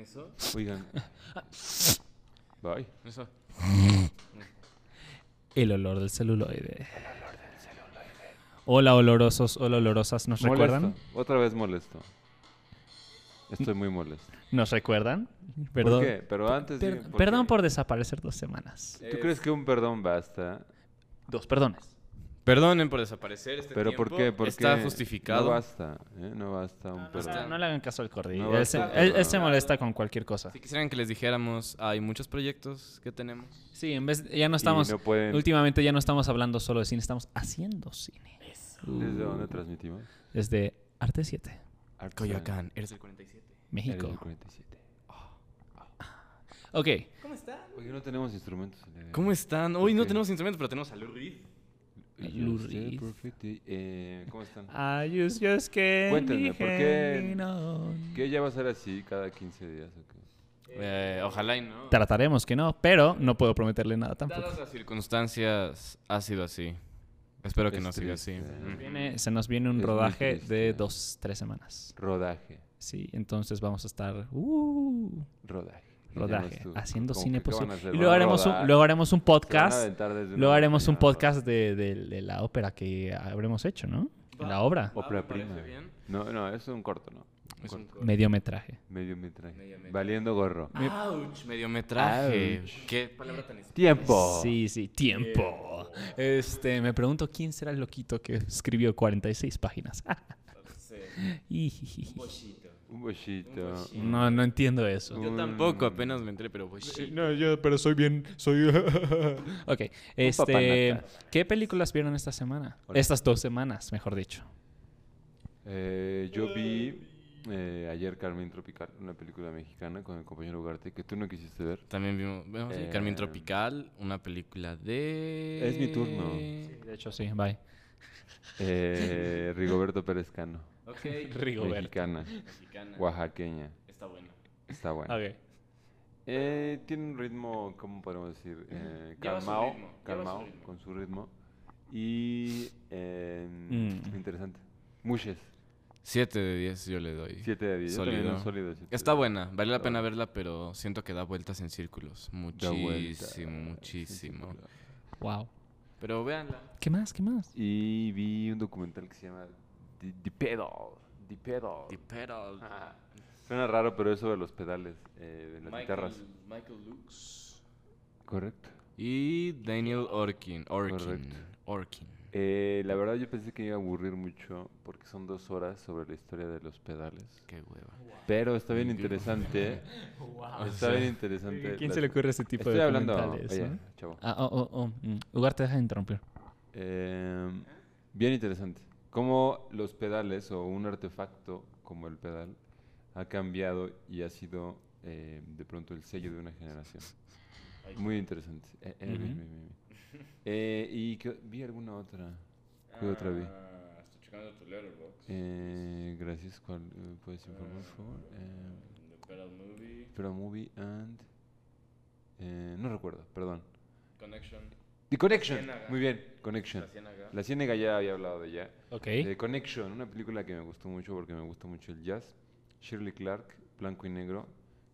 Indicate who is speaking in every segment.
Speaker 1: eso.
Speaker 2: Oigan. Bye.
Speaker 1: Eso.
Speaker 3: El olor del celuloide. Hola olorosos, hola olorosas, ¿nos recuerdan?
Speaker 2: Molesto. Otra vez molesto. Estoy muy molesto.
Speaker 3: ¿Nos recuerdan?
Speaker 2: ¿Por
Speaker 3: Perdón.
Speaker 2: qué? Pero antes.
Speaker 3: Per-
Speaker 2: digan
Speaker 3: perdón
Speaker 2: qué.
Speaker 3: por desaparecer dos semanas.
Speaker 2: ¿Tú crees que un perdón basta?
Speaker 3: Dos perdones.
Speaker 1: Perdonen por desaparecer este
Speaker 2: ¿Pero por
Speaker 1: tiempo.
Speaker 2: qué? Porque
Speaker 1: Está
Speaker 2: No
Speaker 1: justificado.
Speaker 2: basta. ¿eh? No basta un
Speaker 3: O sea,
Speaker 2: perdón.
Speaker 3: no le hagan caso al Cordy.
Speaker 2: No
Speaker 3: él,
Speaker 2: basta,
Speaker 3: se,
Speaker 2: no.
Speaker 3: él- él se molesta con cualquier cosa.
Speaker 1: si quisieran que les dijéramos, hay muchos proyectos que tenemos.
Speaker 3: Sí, en vez ya no estamos
Speaker 2: Y no pueden.
Speaker 3: últimamente ya no estamos hablando solo de cine, estamos haciendo cine.
Speaker 2: ¿Desde dónde transmitimos?
Speaker 3: Desde Arte 7,
Speaker 1: Coyoacán, eres el 47.
Speaker 2: Eres
Speaker 3: México.
Speaker 2: el 47.
Speaker 3: Ok,
Speaker 2: Oye, no tenemos instrumentos. en el-
Speaker 1: ¿Cómo están? Hoy no
Speaker 2: Ok.
Speaker 1: tenemos instrumentos, pero tenemos a Lou Reed.
Speaker 2: Y yo,
Speaker 3: Lou
Speaker 2: usted,
Speaker 3: Reed.
Speaker 2: perfecto. Y, eh, ¿Cómo están?
Speaker 3: I use just can't
Speaker 2: Cuéntenme,
Speaker 3: be
Speaker 2: ¿por qué-
Speaker 3: hanging on.
Speaker 2: ¿Qué ya va a ser así cada 15 días? o qué?
Speaker 1: Eh, ojalá y no.
Speaker 3: Trataremos que no, pero no puedo prometerle nada
Speaker 1: Dadas
Speaker 3: tampoco.
Speaker 1: las circunstancias, ha sido así. Espero que
Speaker 2: Es
Speaker 1: no siga así. Mm.
Speaker 2: triste.
Speaker 1: Ujú.
Speaker 3: Viene- se nos viene un
Speaker 2: Es muy
Speaker 3: rodaje de
Speaker 2: triste.
Speaker 3: dos, tres semanas.
Speaker 2: Rodaje.
Speaker 3: Sí, entonces vamos a estar uh,
Speaker 2: Rodaje. Y
Speaker 3: rodaje,
Speaker 2: llamas tú,
Speaker 3: haciendo
Speaker 2: ¿cómo
Speaker 3: cine
Speaker 2: que qué van a
Speaker 3: posible.
Speaker 2: hacer?
Speaker 3: Y
Speaker 2: ¿Van
Speaker 3: luego
Speaker 2: a
Speaker 3: haremos un,
Speaker 2: rodar?
Speaker 3: luego haremos un
Speaker 2: Se van a
Speaker 3: podcast.
Speaker 2: aventar desde una
Speaker 3: Luego haremos un
Speaker 2: montaña rusa.
Speaker 3: podcast de, de- de la ópera que habremos hecho, ¿no? De la obra.
Speaker 1: Va,
Speaker 2: Ópera
Speaker 1: me parece
Speaker 2: prima.
Speaker 1: bien.
Speaker 2: No, no, es un corto, ¿no?
Speaker 1: Es un co-
Speaker 3: Mediometraje.
Speaker 2: Mediometraje.
Speaker 1: Mediometraje.
Speaker 2: Valiendo gorro.
Speaker 3: Ah,
Speaker 1: Ouch, mediometraje. Qué palabra tan estúpida.
Speaker 2: ¡Tiempo!
Speaker 3: Sí, sí, tiempo. Este, me pregunto quién será el loquito que escribió 46 páginas. Ijijiji.
Speaker 2: Un bollito.
Speaker 3: no, no entiendo eso.
Speaker 1: Yo
Speaker 2: Mm.
Speaker 1: tampoco, apenas me entré, pero pues sí.
Speaker 3: Eh, No, yo, pero soy bien, soy... ok, este,
Speaker 2: papanata.
Speaker 3: ¿qué películas vieron esta semana?
Speaker 2: Hola.
Speaker 3: Estas dos semanas, mejor dicho.
Speaker 2: Eh, yo vi eh, ayer Carmen Tropical, una película mexicana con el compañero Ugarte que tú no quisiste ver.
Speaker 1: También vimos, vemos sí,
Speaker 2: Eh,
Speaker 1: Carmen Tropical, una película de...
Speaker 2: Es mi turno.
Speaker 3: De hecho, sí, bye.
Speaker 2: Eh, Rigoberto Pérez Cano,
Speaker 1: Ok.
Speaker 3: Rigoberto.
Speaker 2: mexicana,
Speaker 1: Mexicana.
Speaker 2: oaxaqueña.
Speaker 1: Está bueno.
Speaker 2: Está buena.
Speaker 3: Ok.
Speaker 2: Eh, tiene un ritmo, ¿cómo podemos decir? Eh,
Speaker 1: Lleva su
Speaker 2: calmao,
Speaker 1: ritmo, lleva su
Speaker 2: calmao,
Speaker 1: ritmo.
Speaker 2: con su ritmo. Y eh,
Speaker 3: Mm.
Speaker 2: interesante. Muches,
Speaker 1: 7 de 10 yo le doy.
Speaker 2: 7 de 10.
Speaker 1: Sólido.
Speaker 2: sólido siete
Speaker 1: Está
Speaker 2: de diez.
Speaker 1: buena, vale la
Speaker 2: Está
Speaker 1: pena
Speaker 2: buena.
Speaker 1: verla, pero siento que da vueltas en círculos.
Speaker 2: Da vuelta,
Speaker 1: Muchísimo, muchísimo.
Speaker 2: sí, sí, sí.
Speaker 3: Wow.
Speaker 1: Pero véanla.
Speaker 3: ¿Qué más? ¿Qué más?
Speaker 2: Y vi un documental que se llama The, The Pedal. The Pedal.
Speaker 1: The Pedal.
Speaker 2: Ah, suena raro, pero es sobre los pedales eh, de las guitarras.
Speaker 1: Michael Lux.
Speaker 2: Correcto.
Speaker 1: Y Daniel Orkin. Orkin.
Speaker 2: Correcto.
Speaker 1: Orkin.
Speaker 2: Eh, la verdad yo pensé que me iba a aburrir mucho porque son dos horas sobre la historia de los pedales.
Speaker 1: Qué hueva.
Speaker 2: Pero está bien interesante.
Speaker 1: O
Speaker 2: Está
Speaker 1: sea,
Speaker 2: bien interesante.
Speaker 3: ¿A quién
Speaker 2: las-
Speaker 3: se le ocurre ese tipo
Speaker 2: Estoy
Speaker 3: de
Speaker 2: hablando.
Speaker 3: documentales,
Speaker 2: oye,
Speaker 3: no?
Speaker 2: chavo.
Speaker 3: Ah, oh, oh, oh. mm. Ugarte, deja de interrumpir.
Speaker 2: Eh, bien interesante. Cómo los pedales o un artefacto como el pedal ha cambiado y ha sido eh, de pronto el sello de una generación. Muy interesante. Eh, eh, bien,
Speaker 3: Ujú.
Speaker 2: bien, bien, bien. Eh, y que- vi alguna otra. ¿Qué otra vi?
Speaker 1: Ah, Estoy checando tu letterbox.
Speaker 2: Eh, gracias. ¿Cuál, eh, ¿Puedes informar, por favor? Eh,
Speaker 1: The Pedal Movie.
Speaker 2: pero Movie and... eh, no recuerdo, perdón.
Speaker 1: Connection.
Speaker 2: The Connection.
Speaker 1: Ciénaga.
Speaker 2: Muy bien, Connection. La Ciénaga ya había hablado de ella.
Speaker 3: Ok.
Speaker 2: Eh, Connection, una película que me gustó mucho porque me gusta mucho el jazz. Shirley Clark, blanco y negro,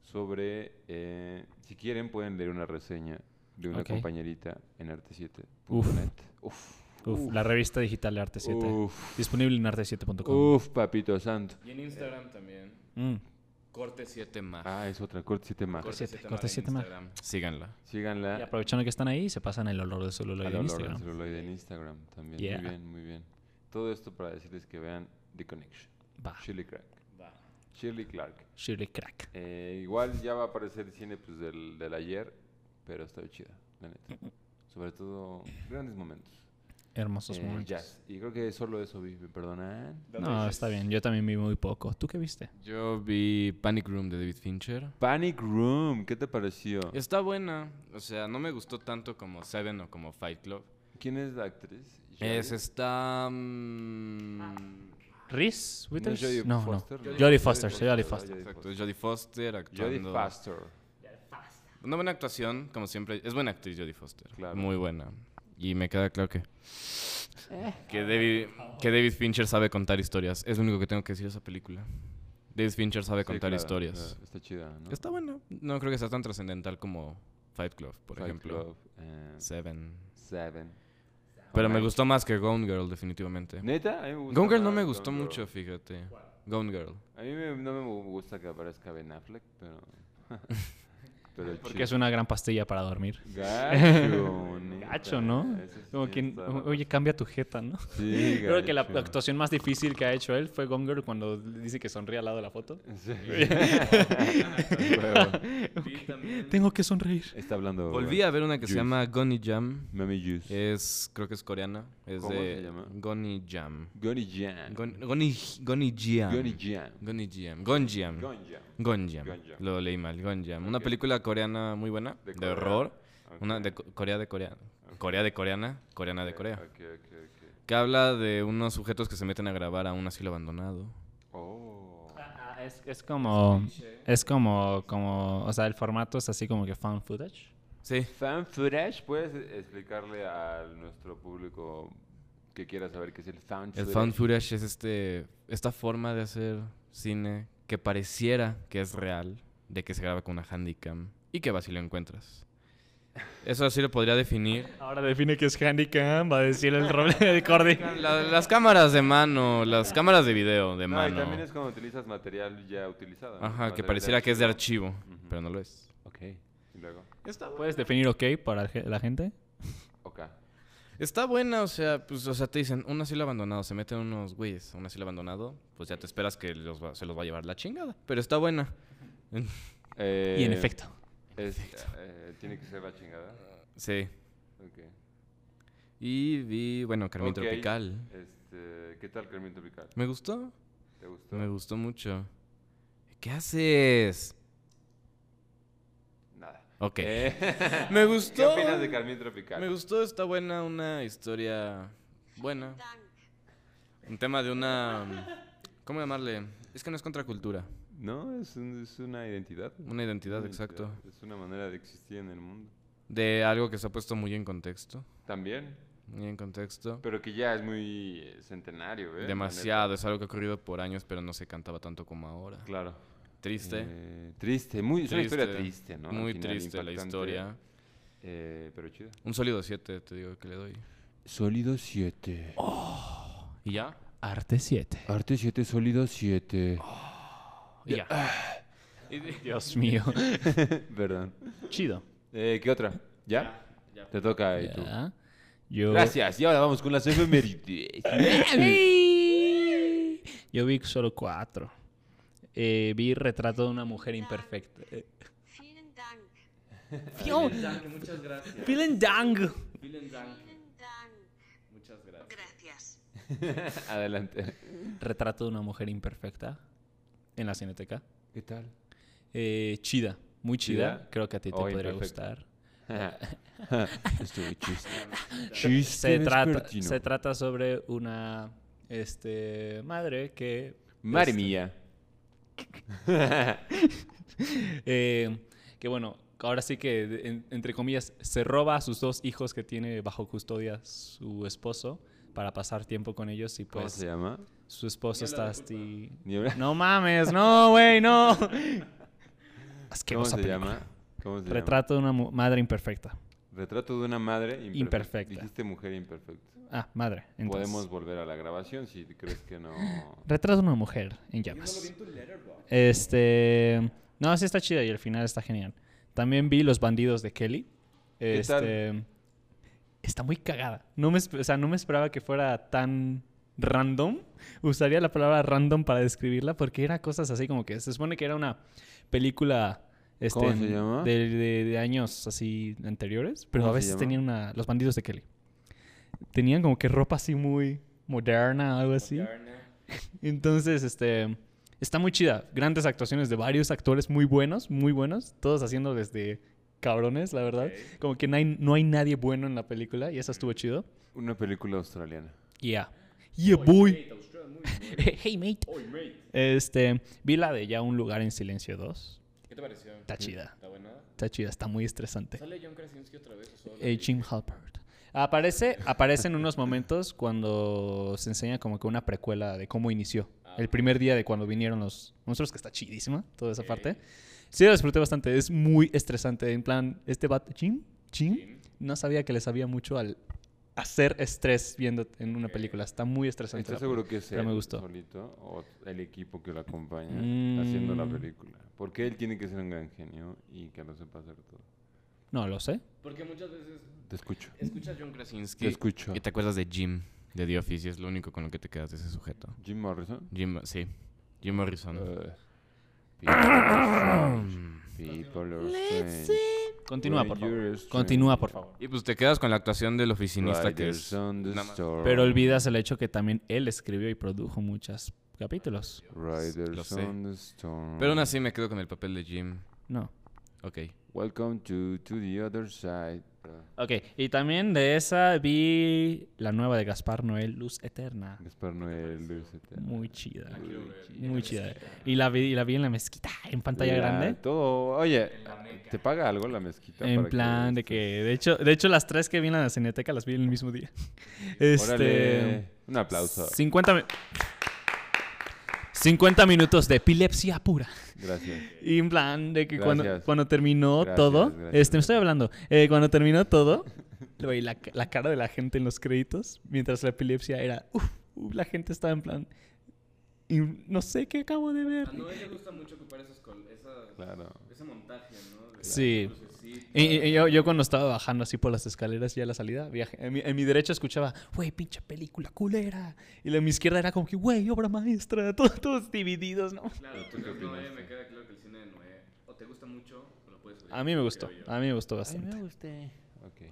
Speaker 2: sobre, eh, si quieren pueden leer una reseña de una
Speaker 3: Ok.
Speaker 2: compañerita en arte7.net.
Speaker 3: Uf.
Speaker 2: Uf.
Speaker 3: Uf, la revista digital de Arte 7.
Speaker 2: Uf.
Speaker 3: Disponible en arte7.com.
Speaker 2: Uf, papito santo.
Speaker 1: Y en Instagram también.
Speaker 3: Mm.
Speaker 1: Corte 7 más.
Speaker 2: Ah, es otra, corte 7 más.
Speaker 1: Corte
Speaker 3: siete,
Speaker 1: 7
Speaker 3: corte siete más.
Speaker 1: Síganla.
Speaker 2: Síganla. Ah,
Speaker 3: Y aprovechando que están ahí, se pasan el olor del
Speaker 2: al
Speaker 3: celular
Speaker 2: olor
Speaker 3: en
Speaker 2: del
Speaker 3: Instagram.
Speaker 2: celuloide en Instagram también.
Speaker 3: Yeah.
Speaker 2: Muy bien, muy bien. Todo esto para decirles que vean The Connection.
Speaker 3: Va,
Speaker 2: Shirley Clark.
Speaker 1: Va.
Speaker 2: Shirley Clark.
Speaker 3: Shirley Crack.
Speaker 2: Eh, igual ya va a aparecer el cine pues, del, del ayer, pero está chida, la neta. Sobre todo, grandes momentos.
Speaker 3: Hermosos
Speaker 2: Eh,
Speaker 3: momentos.
Speaker 2: jazz. Y creo que solo eso vi, ¿me perdonan?
Speaker 3: No, está bien. Yo también vi muy poco. ¿Tú qué viste?
Speaker 1: Yo vi Panic Room de David Fincher.
Speaker 2: Panic Room, ¿qué te pareció?
Speaker 1: Está buena. O sea, no me gustó tanto como Seven o como Fight Club.
Speaker 2: ¿Quién es la actriz?
Speaker 1: Es
Speaker 2: ¿Jodie?
Speaker 1: esta... mm,
Speaker 2: ¿No
Speaker 3: ¿Riz?
Speaker 2: es
Speaker 3: Withers?
Speaker 2: Jodie
Speaker 3: No, no.
Speaker 2: Foster?
Speaker 3: Jodie Foster, soy Jodie Foster.
Speaker 1: Exacto, Jodie Foster
Speaker 2: Jodie
Speaker 1: actuando.
Speaker 2: Foster.
Speaker 1: Una buena actuación, como siempre. Es buena actriz Jodie Foster.
Speaker 2: Claro.
Speaker 1: Muy buena. Y me queda claro que... Que David, que David Fincher sabe contar historias. Es lo único que tengo que decir de esa película. Dave Fincher sabe contar
Speaker 2: claro,
Speaker 1: historias.
Speaker 2: claro, Está chida, ¿no?
Speaker 1: Está bueno. No creo que sea tan trascendental como Fight Club, por
Speaker 2: Fight
Speaker 1: ejemplo.
Speaker 2: Club, eh,
Speaker 1: Seven.
Speaker 2: Seven.
Speaker 1: Pero me
Speaker 2: Ok.
Speaker 1: gustó más que Gone Girl, definitivamente.
Speaker 2: ¿Neta? A mí me gusta
Speaker 1: Gone Girl no
Speaker 2: más
Speaker 1: me gustó
Speaker 2: Gone Girl.
Speaker 1: mucho, fíjate. Gone Girl.
Speaker 2: A mí me- no me gusta que aparezca Ben Affleck, pero... pero
Speaker 3: Porque es una gran pastilla para dormir.
Speaker 2: Gacho, neta,
Speaker 3: Gacho, ¿no?
Speaker 2: eso sí
Speaker 3: Como que,
Speaker 2: tienes toda la
Speaker 3: oye, cambia tu jeta, ¿no?
Speaker 2: Sí,
Speaker 3: Creo que la
Speaker 2: gacho.
Speaker 3: actuación más difícil que ha hecho él fue Gone Girl cuando dice que sonríe al lado de la foto.
Speaker 2: Sí.
Speaker 3: Tengo que sonreír.
Speaker 2: Está hablando.
Speaker 1: Volví a Eh, ver una que se
Speaker 2: Juice.
Speaker 1: llama Goni Jam.
Speaker 2: Mami Juice.
Speaker 1: Es, creo que es coreana. Es
Speaker 2: ¿Cómo
Speaker 1: de
Speaker 2: se llama?
Speaker 1: Goni Jam.
Speaker 2: Goni Jam.
Speaker 1: Gon- Goni Goni Jam.
Speaker 2: Goni Jam.
Speaker 1: Goni Jam. Gon Jam.
Speaker 2: Goni Jam.
Speaker 1: Gon Jam.
Speaker 2: Gon Jam.
Speaker 1: Lo leí mal. Gon Jam. Una
Speaker 2: Ok.
Speaker 1: película coreana muy buena.
Speaker 2: De
Speaker 1: De,
Speaker 2: Corea.
Speaker 1: horror. Una
Speaker 2: Ok,
Speaker 1: de Co- Corea de Corea. Corea de coreana. Coreana de
Speaker 2: ok,
Speaker 1: Corea.
Speaker 2: ok, ok, ok.
Speaker 1: Que habla de unos sujetos que se meten a grabar a un asilo abandonado.
Speaker 2: Oh.
Speaker 3: Ah, Es, es como. Es como, como. O sea, el formato es así como que fan footage.
Speaker 1: Sí.
Speaker 2: Fan footage, ¿puedes explicarle a nuestro público que quiera saber qué es el fan
Speaker 1: El
Speaker 2: footage?
Speaker 1: found footage es este, esta forma de hacer cine que pareciera que es real, de que se graba con una handycam y que vas y lo encuentras. Eso así lo podría definir.
Speaker 3: Ahora define que es Handicam, va a decir el roble de Cordy.
Speaker 1: La- las cámaras de mano, las cámaras de video de
Speaker 2: No, y
Speaker 1: mano.
Speaker 2: también es cuando utilizas material ya utilizado. ¿no?
Speaker 1: Ajá, que
Speaker 2: Material
Speaker 1: pareciera que es de archivo, pero no lo es.
Speaker 2: Ok. Y luego.
Speaker 3: ¿Puedes definir OK para ge- la gente?
Speaker 2: Ok.
Speaker 1: Está buena, o sea, pues, o sea, te dicen un asilo abandonado, se meten unos güeyes a un asilo abandonado, pues ya te esperas que los va- se los va a llevar la chingada, pero está buena.
Speaker 3: y en
Speaker 2: Eh,
Speaker 3: efecto.
Speaker 2: es- eh, Tiene que ser la chingada.
Speaker 1: Sí.
Speaker 2: Ok.
Speaker 1: Y vi, bueno, Carmen
Speaker 2: Ok,
Speaker 1: Tropical.
Speaker 2: Este, ¿Qué tal Carmen Tropical?
Speaker 1: Me gustó.
Speaker 2: ¿Te gustó?
Speaker 1: Me gustó mucho. ¿Qué haces?
Speaker 2: Nada.
Speaker 1: Ok.
Speaker 2: Eh,
Speaker 1: Me
Speaker 2: ¿Qué
Speaker 1: gustó.
Speaker 2: opinas de Carmen Tropical?
Speaker 1: Me gustó, está buena, una historia buena. Un tema de una... ¿Cómo llamarle? Es que no es contracultura.
Speaker 2: No, es, un- es una identidad.
Speaker 1: Una identidad,
Speaker 2: Una
Speaker 1: exacto.
Speaker 2: identidad, Es una manera de existir en el mundo.
Speaker 1: De algo que se ha puesto muy en contexto.
Speaker 2: También.
Speaker 1: Muy en contexto.
Speaker 2: Pero que ya es muy eh, centenario, ¿eh? La
Speaker 1: Demasiado. Es algo que ha ocurrido por años, pero no se cantaba tanto como ahora.
Speaker 2: neta. Claro.
Speaker 1: Triste.
Speaker 2: Eh, triste. Muy, es una historia
Speaker 1: Triste.
Speaker 2: triste, ¿no? Al
Speaker 1: Muy
Speaker 2: final,
Speaker 1: triste la
Speaker 2: impactante,
Speaker 1: historia.
Speaker 2: eh, pero chida.
Speaker 1: Un sólido 7, te digo que le doy.
Speaker 2: Sólido 7.
Speaker 1: Oh. ¿Y ya?
Speaker 3: Arte 7.
Speaker 2: Arte 7, sólido 7.
Speaker 1: Y ya.
Speaker 3: Dios mío.
Speaker 2: Perdón.
Speaker 3: Chido.
Speaker 2: Eh, ¿Qué otra? ¿Ya? Te toca ahí tú.
Speaker 3: Ya. Yo,
Speaker 2: Gracias. Y ahora vamos con las efemérides.
Speaker 3: yo vi solo cuatro. Eh, vi Retrato de una mujer imperfecta. Eh,
Speaker 4: Vielen Dank.
Speaker 1: Muchas gracias.
Speaker 3: Vielen Dank.
Speaker 4: Vielen Dank. Muchas gracias. Gracias.
Speaker 2: Adelante.
Speaker 3: Retrato de una mujer imperfecta en la Cineteca.
Speaker 2: ¿Qué tal?
Speaker 3: Eh, chida, muy chida.
Speaker 2: ¿Chida?
Speaker 3: Creo que a ti te
Speaker 2: O
Speaker 3: podría
Speaker 2: imperfecta.
Speaker 3: gustar.
Speaker 2: Estuve chiste. Chiste
Speaker 3: Se trata,
Speaker 2: vespertino.
Speaker 3: se trata sobre una este, madre que
Speaker 2: Madre mía.
Speaker 3: Eh, que bueno, ahora sí que, de- en- entre comillas, se roba a sus dos hijos que tiene bajo custodia su esposo para pasar tiempo con ellos y
Speaker 2: ¿Cómo
Speaker 3: pues
Speaker 2: se llama?
Speaker 3: su esposo está así...
Speaker 2: Niebla.
Speaker 3: No mames, no, güey, no.
Speaker 2: ¿Cómo
Speaker 3: Asquerosa
Speaker 2: se
Speaker 3: película.
Speaker 2: llama? ¿Cómo se llama?
Speaker 3: Retrato de una mu- madre imperfecta.
Speaker 2: Retrato de una madre imperfecta.
Speaker 3: Imperfecta.
Speaker 2: Dijiste mujer imperfecta.
Speaker 3: Ah, madre. Entonces.
Speaker 2: Podemos volver a la grabación si crees que no.
Speaker 3: Retrato de una mujer en llamas. Este. No, sí está chida y al final está genial. También vi Los Bandidos de Kelly.
Speaker 2: ¿Qué tal?
Speaker 3: Este, Está muy cagada. No me, esp- o sea, no me esperaba que fuera tan random. Usaría la palabra random para describirla porque era cosas así como que se supone que era una película. Este,
Speaker 2: ¿Cómo se llama?
Speaker 3: De, de- de años así anteriores, pero
Speaker 2: ¿Cómo
Speaker 3: a
Speaker 2: se
Speaker 3: veces
Speaker 2: llama?
Speaker 3: tenían una. Los bandidos de Kelly. Tenían como que ropa así muy moderna, algo así. Entonces, este, está muy chida. Grandes actuaciones de varios actores muy buenos, muy buenos. Todos haciendo desde cabrones, la verdad. Como que no hay, no hay nadie bueno en la película y eso estuvo chido.
Speaker 2: Una película australiana.
Speaker 3: Yeah. Yeah, boy. hey, mate. Este, vi la de Ya un lugar en silencio 2.
Speaker 1: ¿Qué te pareció?
Speaker 3: Está chida.
Speaker 1: ¿Está buena?
Speaker 3: Está chida, está muy estresante.
Speaker 1: ¿Sale John Krasinski otra vez o solo?
Speaker 3: Eh, Jim Halpert. Aparece, aparece en unos momentos cuando se enseña como que una precuela de cómo inició el primer día de cuando vinieron los monstruos, que está chidísima toda esa parte. Sí, lo disfruté bastante. Es muy estresante. En plan, este bat... Jim, Jim, no sabía que le sabía mucho al hacer estrés viendo en una película. Está muy estresante.
Speaker 2: ¿Estás
Speaker 3: la
Speaker 2: seguro que es
Speaker 3: pero
Speaker 2: él
Speaker 3: me gustó.
Speaker 2: solito o el equipo que lo acompaña
Speaker 3: Mm.
Speaker 2: haciendo la película? Porque él tiene que ser un gran genio y que lo sepa hacer todo.
Speaker 3: No, lo sé.
Speaker 1: Porque muchas veces
Speaker 2: Te escucho.
Speaker 1: escuchas John
Speaker 2: Te
Speaker 1: Krasinski
Speaker 2: escucho.
Speaker 1: y te acuerdas de Jim de The Office y es lo único con lo que te quedas de ese sujeto.
Speaker 2: Jim Morrison.
Speaker 1: Jim, sí. Jim Morrison.
Speaker 3: Eh.
Speaker 2: Uh, people are strange. People are strange.
Speaker 3: Continúa, por
Speaker 2: When
Speaker 3: favor.
Speaker 2: you're strange.
Speaker 3: Continúa, por favor.
Speaker 1: Y pues te quedas con la actuación del oficinista que
Speaker 2: Riders
Speaker 1: es...
Speaker 2: on the
Speaker 1: nada más.
Speaker 2: storm.
Speaker 3: Pero olvidas el hecho que también él escribió y produjo muchos capítulos.
Speaker 2: Riders
Speaker 1: Lo sé.
Speaker 2: on the storm.
Speaker 1: Pero aún así me quedo con el papel de Jim.
Speaker 3: No.
Speaker 1: Ok.
Speaker 2: Welcome to, to the other side.
Speaker 3: Ok, y también de esa vi la nueva de Gaspar Noé, Luz Eterna.
Speaker 2: Gaspar Noel, Luis Eterno.
Speaker 3: Muy chida. Muy chida. Y la vi, y la vi en la mezquita, en pantalla
Speaker 2: La-
Speaker 3: grande.
Speaker 2: Todo. Oye, ¿te paga algo la mezquita?
Speaker 3: En
Speaker 2: para que
Speaker 3: plan de
Speaker 2: estés-
Speaker 3: que, de hecho, de hecho las tres que vi en la cineteca las vi en el mismo día.
Speaker 2: Órale,
Speaker 3: Este,
Speaker 2: Un aplauso.
Speaker 3: 50, mi- 50 minutos de epilepsia pura.
Speaker 2: Gracias.
Speaker 3: Y en plan de que cuando,
Speaker 2: Gracias.
Speaker 3: cuando terminó
Speaker 2: Gracias,
Speaker 3: todo,
Speaker 2: gracias,
Speaker 3: este, me estoy
Speaker 2: gracias.
Speaker 3: hablando, Eh, cuando terminó todo, lo vi la, la cara de la gente en los créditos, mientras la epilepsia era, "Uf, uf", la gente estaba en plan, y no sé qué acabo de ver.
Speaker 1: le gusta mucho ocupar esos
Speaker 2: Claro.
Speaker 1: ese montaje, ¿no?
Speaker 3: Sí. Y, y- y yo, yo cuando estaba bajando así por las escaleras ya a la salida, había gen- en, mi, en mi derecha escuchaba, güey, pinche película culera. Y la de mi izquierda era como que, güey, obra maestra, todos, todos divididos, ¿no?
Speaker 1: Claro, pues,
Speaker 2: ¿tú qué opinas?
Speaker 1: me queda claro que el cine de Noé o te gusta mucho o lo puedes
Speaker 3: A mí me gustó, a mí me gustó bastante.
Speaker 2: gusté. Ok.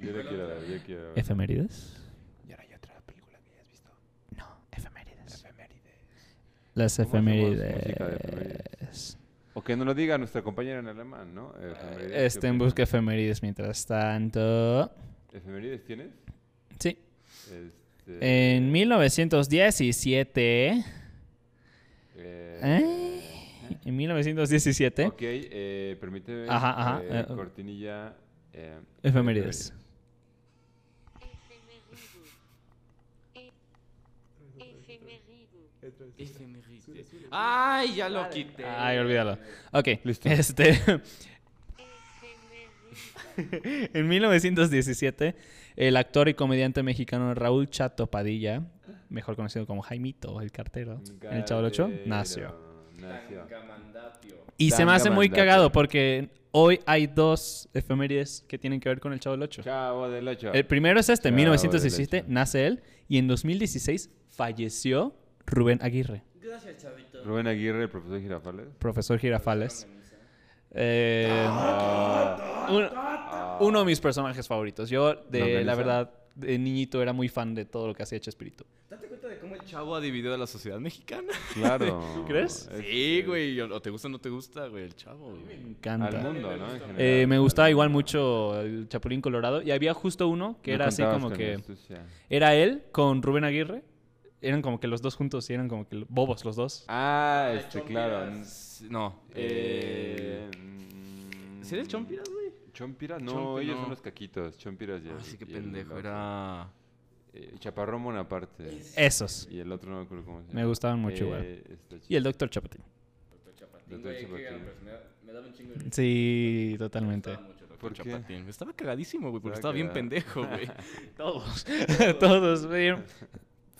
Speaker 2: yo le quiero ver, yo quiero ver.
Speaker 3: ¿Efemérides?
Speaker 2: Y ahora hay otra película que hayas visto.
Speaker 3: No, efemérides. Las
Speaker 2: ¿Cómo hacemos música de
Speaker 3: efemérides.
Speaker 2: O que nos lo diga nuestra compañera en alemán, ¿no? Efemérides, ¿qué
Speaker 3: Este en
Speaker 2: opinas?
Speaker 3: busca de efemérides mientras tanto.
Speaker 2: ¿Efemérides tienes?
Speaker 3: Sí.
Speaker 2: Este,
Speaker 3: En 1917.
Speaker 2: eh,
Speaker 3: ¿eh? En 1917.
Speaker 2: Ok, eh, permíteme.
Speaker 3: Ajá, ajá,
Speaker 2: eh,
Speaker 3: eh,
Speaker 2: cortinilla. eh,
Speaker 3: Efemérides.
Speaker 4: Efemeriden. E- Efemeriden.
Speaker 1: Ay, ya lo quité.
Speaker 3: Ay, olvídalo. Ok.
Speaker 2: Listo.
Speaker 3: Este.
Speaker 4: Efemeriden.
Speaker 3: en 1917, el actor y comediante mexicano Raúl Chato Padilla, mejor conocido como Jaimito, el cartero, en el Chavo del Ocho, nació.
Speaker 2: Nació.
Speaker 3: Y se me
Speaker 2: Tanga
Speaker 3: hace muy
Speaker 2: mandato.
Speaker 3: cagado porque hoy hay dos efemérides que tienen que ver con el Chavo del Ocho.
Speaker 2: Chavo del Ocho.
Speaker 3: El primero es este,
Speaker 2: Chavo del
Speaker 3: 1917,
Speaker 2: Ocho.
Speaker 3: nace él, y en 2016 falleció Rubén Aguirre,
Speaker 1: Gracias, chavito.
Speaker 2: Rubén Aguirre, el profesor Girafales.
Speaker 3: profesor Girafales. Eh,
Speaker 2: Ah,
Speaker 3: un- uno de mis personajes favoritos. Yo, de la
Speaker 2: ¿Longaniza?
Speaker 3: verdad, de niñito era muy fan de todo lo que hacía Chespirito.
Speaker 1: ¿Date cuenta de cómo el chavo ha dividido a la sociedad mexicana?
Speaker 2: Claro.
Speaker 3: crees?
Speaker 2: Es-
Speaker 1: Sí,
Speaker 2: es
Speaker 1: güey. O o te gusta o no te gusta, güey, el chavo. güey.
Speaker 3: Me
Speaker 2: Al
Speaker 3: encanta.
Speaker 2: mundo, ¿no? En general.
Speaker 3: Eh, me gustaba igual mucho el Chapulín Colorado y había justo uno que
Speaker 2: No
Speaker 3: era así
Speaker 2: contabas
Speaker 3: como
Speaker 2: con
Speaker 3: que...
Speaker 2: la astucia.
Speaker 3: Era él con Rubén Aguirre. Eran como que los dos juntos y eran como que bobos los dos.
Speaker 2: Ah, este, claro.
Speaker 1: S- No.
Speaker 2: Eh,
Speaker 1: Eh... ¿Sí era el Chompiras, güey?
Speaker 2: mm, Chompiras, no,
Speaker 1: Chompi,
Speaker 2: ellos
Speaker 1: no.
Speaker 2: son los caquitos. Chompiras ya.
Speaker 1: Así que Ah, pendejo, era...
Speaker 2: Eh, Chaparrón Bonaparte.
Speaker 3: Esos.
Speaker 2: Y el otro no me acuerdo cómo se llama.
Speaker 3: Me gustaban mucho
Speaker 2: Eh,
Speaker 3: igual.
Speaker 2: este
Speaker 3: Y el Doctor Chapatín.
Speaker 2: Doctor Chapatín.
Speaker 1: pues Me daba un chingo de
Speaker 3: Sí, totalmente.
Speaker 2: ¿Por
Speaker 1: ¿Por
Speaker 2: qué?
Speaker 1: Chapatín. Estaba cagadísimo, güey, porque
Speaker 2: Estaba
Speaker 1: estaba bien
Speaker 2: cagado.
Speaker 1: pendejo, güey.
Speaker 3: Todos. Todos. pero-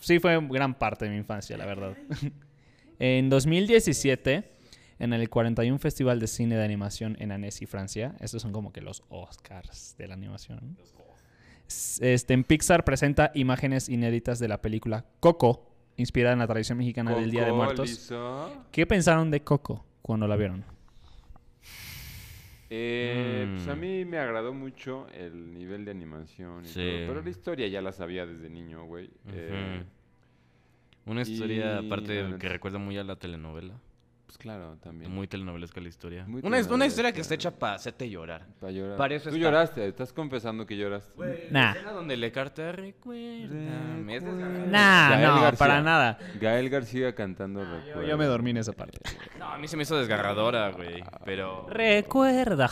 Speaker 3: Sí, fue gran parte de mi infancia, la verdad. En 2017, en el 41 Festival de Cine de Animación en Annecy, Francia, estos son como que los Oscars de la animación. S- Este, en Pixar presenta imágenes inéditas de la película Coco, inspirada en la tradición mexicana del Día de
Speaker 2: Coco,
Speaker 3: Muertos.
Speaker 2: Lizo.
Speaker 3: ¿Qué pensaron de Coco cuando la vieron?
Speaker 2: Eh, Pues a
Speaker 1: Mm.
Speaker 2: mí me agradó mucho el nivel de animación. y
Speaker 1: Sí.
Speaker 2: todo, pero la historia ya la sabía desde niño, güey. Eh,
Speaker 1: Ujú. Una historia,
Speaker 2: Y-
Speaker 1: aparte,
Speaker 2: bueno,
Speaker 1: que recuerda muy a la telenovela.
Speaker 2: pues claro, también.
Speaker 1: Muy telenovelesca la historia.
Speaker 2: Muy
Speaker 1: una, es- una historia que
Speaker 2: telenovelesca.
Speaker 1: está hecha para hacerte llorar.
Speaker 2: Para llorar.
Speaker 1: para eso
Speaker 2: Tú
Speaker 1: está.
Speaker 2: lloraste, estás confesando que lloraste.
Speaker 3: Nah.
Speaker 1: La escena donde le carta recuérdame. es desgarrador.
Speaker 3: Nah,
Speaker 2: Gael
Speaker 3: no,
Speaker 2: García.
Speaker 3: para nada.
Speaker 2: Gael García
Speaker 1: Ah,
Speaker 2: cantando recuerdo.
Speaker 3: Yo, yo me dormí en esa parte.
Speaker 1: No, a mí se me hizo desgarradora, güey. Pero.
Speaker 3: Recuerda.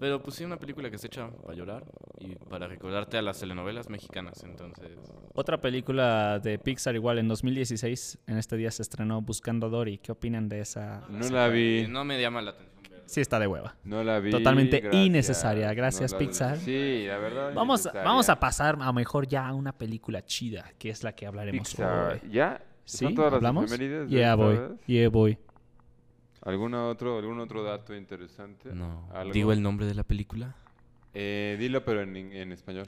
Speaker 1: Pero pues sí, una película que se echa para llorar y para recordarte a las telenovelas mexicanas, entonces...
Speaker 3: Otra película de Pixar igual en 2016, en este día se estrenó Buscando a Dory. ¿Qué opinan de esa?
Speaker 2: No la vi.
Speaker 1: eh, No me llama la atención. verla.
Speaker 3: Sí está de hueva.
Speaker 2: No la vi.
Speaker 3: Totalmente innecesaria. Gracias,
Speaker 2: la vi.
Speaker 3: Pixar.
Speaker 2: Sí, la verdad.
Speaker 3: Vamos,
Speaker 2: innecesaria.
Speaker 3: vamos a pasar a mejor ya a una película chida, que es la que hablaremos
Speaker 2: Pixar.
Speaker 3: hoy.
Speaker 2: ¿Ya?
Speaker 3: ¿Sí?
Speaker 2: ¿Son todas las
Speaker 3: ¿Hablamos?
Speaker 2: efemérides de
Speaker 3: Yeah,
Speaker 2: esta
Speaker 3: voy.
Speaker 2: vez?
Speaker 3: Yeah, voy.
Speaker 2: ¿Algún otro, ¿Algún otro dato interesante?
Speaker 1: No.
Speaker 2: ¿Algo?
Speaker 1: ¿Digo el nombre de la película?
Speaker 2: Eh, dilo, pero en, en español.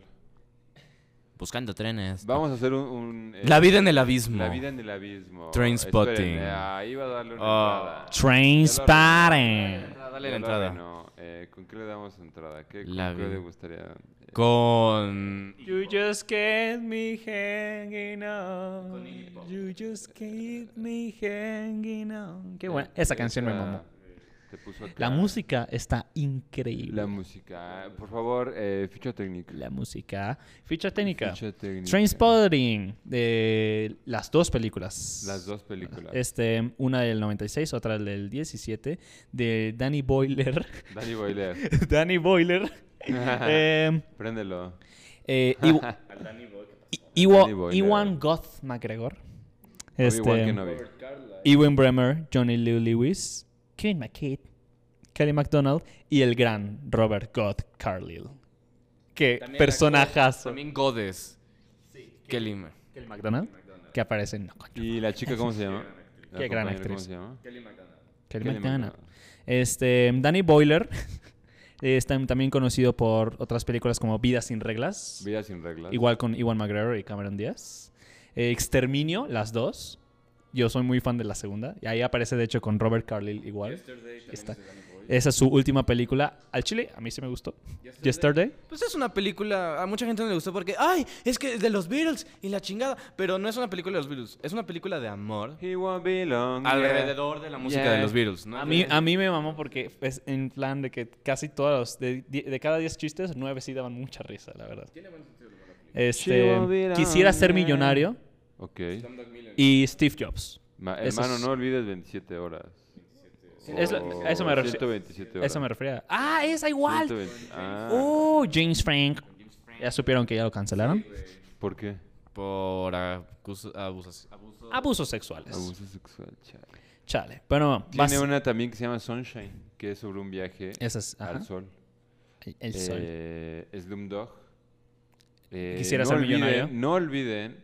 Speaker 1: Buscando trenes.
Speaker 2: Vamos a hacer un... un, eh,
Speaker 1: La vida en el abismo.
Speaker 2: La vida en el abismo.
Speaker 1: Trainspotting.
Speaker 2: Esperen, eh, ahí va a darle una
Speaker 1: Ah.
Speaker 2: entrada.
Speaker 3: Train
Speaker 1: Dale
Speaker 2: Ya
Speaker 1: la
Speaker 2: lo
Speaker 1: entrada.
Speaker 2: arruinó. Eh, ¿Con qué le damos entrada? ¿Qué,
Speaker 1: La
Speaker 2: ¿Con qué
Speaker 1: vi-
Speaker 2: le gustaría? eh,
Speaker 1: Con...
Speaker 3: You just get me hanging on. You just get me hanging on. Qué buena.
Speaker 2: eh,
Speaker 3: Esa canción me
Speaker 2: esa- eh,
Speaker 3: mamó.
Speaker 2: te puso
Speaker 3: La
Speaker 2: acá.
Speaker 3: música está increíble.
Speaker 2: La música. Por favor, eh, ficha técnica.
Speaker 3: La música. Ficha técnica.
Speaker 2: Ficha técnica.
Speaker 3: Trainspotting. De las dos películas.
Speaker 2: Las dos películas.
Speaker 3: Este, una del 96, otra del 17. De Danny Boiler.
Speaker 2: Danny Boiler.
Speaker 3: Danny Boiler. Em,
Speaker 2: Préndelo.
Speaker 3: Eh, Iw- I- Iwo-
Speaker 2: Danny Boyle.
Speaker 3: Iwan Goth McGregor.
Speaker 2: Obi-Wan
Speaker 3: Este,
Speaker 2: Kenobi.
Speaker 3: Ewan Bremer, Johnny Lee Lewis, Kevin McKidd, Kelly MacDonald y el gran Robert Goth Carlyle. Qué personajazo.
Speaker 1: También Godes. Qué lima.
Speaker 3: Kelly MacDonald, que aparece en No, coño,
Speaker 2: ¿Y la chica cómo se llama? La
Speaker 3: Qué gran
Speaker 2: compañera,
Speaker 3: actriz.
Speaker 2: ¿Cómo se llama?
Speaker 3: Kelly
Speaker 2: Kelly MacDonald.
Speaker 3: MacDonald. Este, Danny Boyler es tam- también conocido por otras películas como Vida sin reglas.
Speaker 2: Vida sin reglas.
Speaker 3: Igual con Iwan McGregor y Cameron Díaz. Eh, Exterminio, las dos. Yo soy muy fan de la segunda. Y ahí aparece, de hecho, con Robert Carlyle igual. Está. Esa es su última película. Al chile, a mí se me gustó. Yesterday.
Speaker 1: Pues es una película, a mucha gente no le gustó porque, ay, es que es de los Beatles y la chingada, pero no es una película de los Beatles, es una película de amor
Speaker 2: He won't be long, yeah.
Speaker 1: alrededor de la música
Speaker 2: Yeah.
Speaker 1: de los Beatles. ¿no?
Speaker 3: A mí, a mí me mamó porque es en plan de que casi todos, los- de, die- de cada 10 chistes, 9 sí daban mucha risa, la verdad. Este, quisiera ser millonario
Speaker 2: Ok.
Speaker 3: y Steve Jobs.
Speaker 2: Ma-
Speaker 3: Eso
Speaker 2: hermano,
Speaker 3: es-
Speaker 2: no olvides 27 horas.
Speaker 3: Es lo-
Speaker 2: O
Speaker 3: a eso me refiero.
Speaker 2: 127 horas.
Speaker 3: Eso me refería. ¡Ah, esa igual!
Speaker 2: 120. Ah,
Speaker 3: ¡Oh, James Frank! Ya supieron que ya lo cancelaron.
Speaker 2: ¿Por qué?
Speaker 1: Por acuso- abusas- abuso.
Speaker 3: Abusos sexuales.
Speaker 2: Abuso sexual, chale.
Speaker 3: Chale. Pero no, vas-
Speaker 2: Tiene una también que se llama Sunshine, que es sobre un viaje
Speaker 3: Esa es. ajá.
Speaker 2: al sol.
Speaker 3: El sol.
Speaker 2: Eh, Slumdog. Eh,
Speaker 3: Quisiera ser millonario.
Speaker 2: No olviden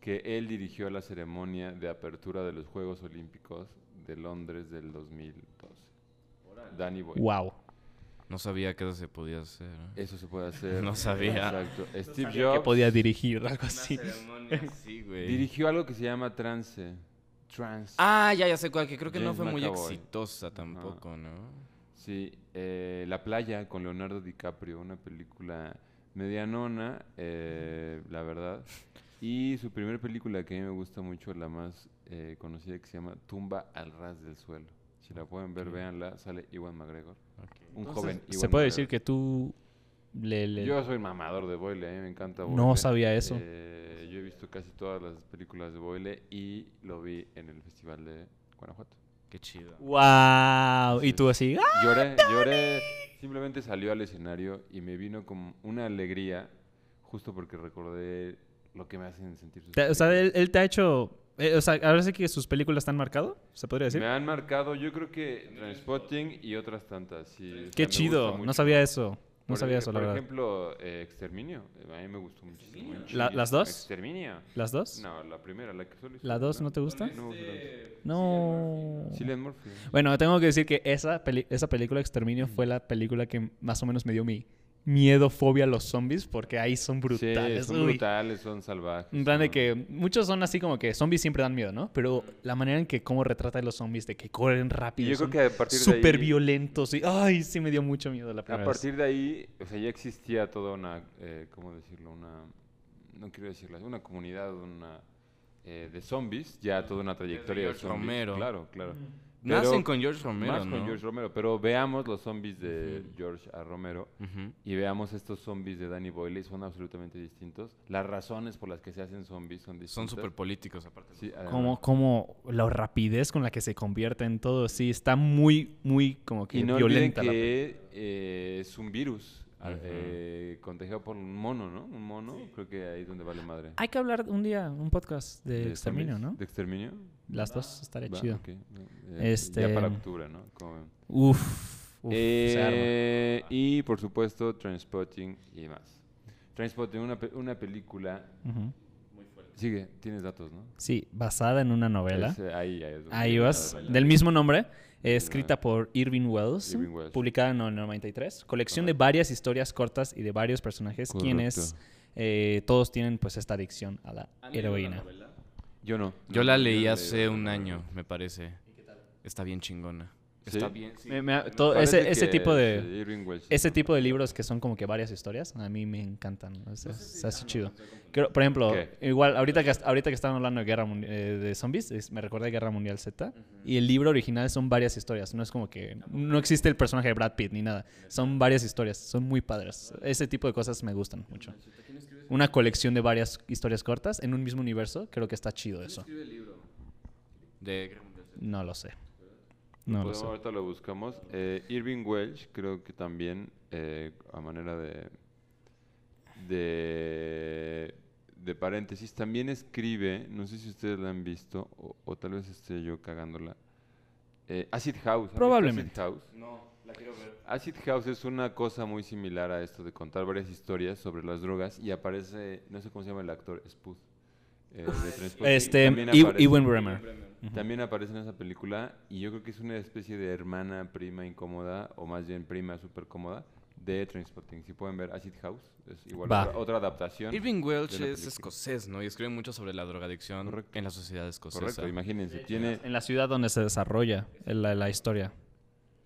Speaker 2: que él dirigió la ceremonia de apertura de los Juegos Olímpicos de Londres del 2012. Danny Boy.
Speaker 3: wow.
Speaker 1: No sabía que eso se podía hacer. ¿eh?
Speaker 2: Eso se puede hacer.
Speaker 1: No sabía.
Speaker 2: Exacto. Steve
Speaker 3: Que
Speaker 2: Jobs
Speaker 3: podía dirigir algo así.
Speaker 1: Sí, güey.
Speaker 2: dirigió algo que se llama Trance. Trance.
Speaker 1: Ah, ya, ya sé cuál, que creo que no
Speaker 2: James
Speaker 1: fue muy
Speaker 2: McAvoy.
Speaker 1: exitosa tampoco, ¿no?
Speaker 2: Sí, eh, La playa con Leonardo DiCaprio, una película medianona, eh, la verdad. Y su primera película que a mí me gusta mucho, la más eh, conocida, que se llama Tumba al ras del suelo. Si la pueden ver, véanla, sale Iwan McGregor. Un joven
Speaker 3: Se
Speaker 2: Ewan
Speaker 3: puede decir
Speaker 2: McGregor.
Speaker 3: que tú. le- le-
Speaker 2: Yo soy mamador de Boyle, a mí me encanta Boyle.
Speaker 3: No sabía eso.
Speaker 2: Eh, yo he visto casi todas las películas de Boyle y lo vi en el Festival de Guanajuato.
Speaker 1: Qué chido.
Speaker 3: ¡Wow! Y
Speaker 2: Sí.
Speaker 3: tú así. ¡ah!
Speaker 2: Lloré, lloré. Simplemente salió al escenario y me vino como una alegría, justo porque recordé lo que me hacen sentir sus
Speaker 3: Te- O sea, él,
Speaker 2: películas.
Speaker 3: él te ha hecho. eh, o sea, ahora sí que sus películas te han marcado, se podría decir.
Speaker 2: Me han marcado, yo creo que Transpotting y otras tantas. sí, o sea, me
Speaker 3: Qué
Speaker 2: gusta
Speaker 3: chido. No
Speaker 2: mucho.
Speaker 3: sabía eso. No
Speaker 2: Por
Speaker 3: sabía
Speaker 2: ej-
Speaker 3: eso, la
Speaker 2: Por
Speaker 3: verdad.
Speaker 2: ejemplo, eh, Exterminio. eh, A mí me gustó muchísimo.
Speaker 3: La- ¿las dos?
Speaker 2: Exterminio.
Speaker 3: ¿Las dos?
Speaker 2: No, la primera, la que solo hizo
Speaker 3: ¿La dos
Speaker 2: una.
Speaker 3: no te gusta?
Speaker 2: No, me gustó tanto.
Speaker 3: No.
Speaker 2: Cillian Murphy.
Speaker 3: Bueno, tengo que decir que esa, peli- esa película Exterminio fue la película que más o menos me dio mi miedo, fobia a los zombies, porque ahí son brutales.
Speaker 2: Sí, son
Speaker 3: uy.
Speaker 2: brutales, son salvajes.
Speaker 3: En plan de
Speaker 2: son-
Speaker 3: que muchos son así como que zombies siempre dan miedo, ¿no? Pero la manera en que cómo retrata a los zombies, de que corren rápido,
Speaker 2: Y yo creo
Speaker 3: son
Speaker 2: que a partir de ahí-
Speaker 3: súper violentos. Y, ay, sí me dio mucho miedo la
Speaker 2: A
Speaker 3: primera vez.
Speaker 2: partir de ahí, o sea, ya existía toda una, eh, ¿cómo decirlo? Una, no quiero decirlo, una comunidad, una eh, de zombies, ya toda una trayectoria de
Speaker 1: George
Speaker 2: zombies.
Speaker 1: Romero.
Speaker 2: Claro, claro. Pero-
Speaker 1: Nacen con George Romero,
Speaker 2: Más con
Speaker 1: ¿no?
Speaker 2: George Romero. Pero veamos los zombies de
Speaker 1: Ujú.
Speaker 2: George A. Romero
Speaker 1: Ujú.
Speaker 2: y veamos estos zombies de Danny Boyle y son absolutamente distintos. Las razones por las que se hacen zombies son
Speaker 1: Son
Speaker 2: distintas.
Speaker 1: súper políticos, aparte.
Speaker 2: Sí, además.
Speaker 3: Como, como la rapidez con la que se convierte en todo, sí, está muy, muy como que
Speaker 2: Y no olviden
Speaker 3: violenta. la
Speaker 2: que eh, es un virus a-
Speaker 1: Ujú.
Speaker 2: eh, contagiado por un mono, ¿no? Un mono, creo que ahí es donde vale madre.
Speaker 3: Hay que hablar un día, un podcast Ah, de,
Speaker 2: ¿De
Speaker 3: exterminio,
Speaker 2: zombies?
Speaker 3: ¿no?
Speaker 2: ¿De exterminio?
Speaker 3: Las dos estaría
Speaker 2: Va,
Speaker 3: chido.
Speaker 2: ok. Eh, Ya
Speaker 3: Este-
Speaker 2: para octubre, ¿no? Como ven.
Speaker 3: Uf, uf, se arma.
Speaker 2: Eh, y por supuesto, Transpotting y más. Transpotting, una, pe- una película.
Speaker 3: Ujú.
Speaker 2: Sigue, tienes datos, ¿no?
Speaker 3: Sí, basada en una novela.
Speaker 2: Es, eh, ahí, ahí, es donde
Speaker 3: Ahí
Speaker 2: viene la
Speaker 3: vas.
Speaker 2: novela.
Speaker 3: Del mismo nombre. eh, escrita por Irving Wells,
Speaker 2: Irving Wells.
Speaker 3: publicada en el 93. Colección de varias historias cortas y de varios personajes, quienes
Speaker 2: Correcto.
Speaker 3: eh, todos tienen pues esta adicción a la heroína.
Speaker 2: Yo no.
Speaker 1: Yo
Speaker 2: no,
Speaker 1: la
Speaker 2: no,
Speaker 1: leí
Speaker 2: no he
Speaker 1: hace
Speaker 2: leído,
Speaker 1: un
Speaker 2: no, no,
Speaker 1: año,
Speaker 2: no.
Speaker 1: me parece. Está bien chingona.
Speaker 2: ¿Sí?
Speaker 1: Está bien, sí.
Speaker 3: Me- me ha- todo-
Speaker 2: Parece
Speaker 3: ese, ese
Speaker 2: que
Speaker 3: tipo
Speaker 2: es,
Speaker 3: de
Speaker 2: eh, Irving Welsh,
Speaker 3: ese
Speaker 2: ¿no?
Speaker 3: tipo de libros que son como que varias historias a mí me encantan ¿no? se, se hace chido Creo- por ejemplo
Speaker 2: ¿Qué?
Speaker 3: igual ahorita que ahorita que estaban hablando de guerra Mun- eh, de zombies es- me recuerda a Guerra Mundial Z y el libro original son varias historias no es como que no existe el personaje de Brad Pitt ni nada son varias historias son muy padres ese tipo de cosas me gustan mucho una colección de varias historias cortas en un mismo universo creo que está chido eso
Speaker 1: De-
Speaker 3: no lo sé no lo
Speaker 2: Podemos-
Speaker 3: sé
Speaker 2: ahorita lo buscamos. Eh, Irving Welsh, creo que también eh, a manera de, de de paréntesis, también escribe, no sé si ustedes la han visto o, o tal vez esté yo cagándola. eh, Acid House. ¿han visto
Speaker 3: Probablemente.
Speaker 2: Acid House? No, la quiero ver. Acid House es una cosa muy similar a esto de contar varias historias sobre las drogas y aparece, no sé cómo se llama el actor, Spud. eh, de Trainspotting,
Speaker 3: este
Speaker 2: también
Speaker 3: Ew-
Speaker 2: aparece.
Speaker 3: Ewan Bremer
Speaker 2: También aparece en esa película y yo creo que es una especie de hermana prima incómoda o más bien prima súper cómoda de Trainspotting. Si pueden ver Acid House, es igual
Speaker 3: Va.
Speaker 2: otra, otra adaptación.
Speaker 1: Irving Welsh
Speaker 2: película.
Speaker 1: es escocés, ¿no? Y escribe mucho sobre la drogadicción
Speaker 2: Correcto.
Speaker 1: en la sociedad escocesa.
Speaker 2: Correcto, imagínense. Tiene,
Speaker 3: en la ciudad donde se desarrolla la, la historia.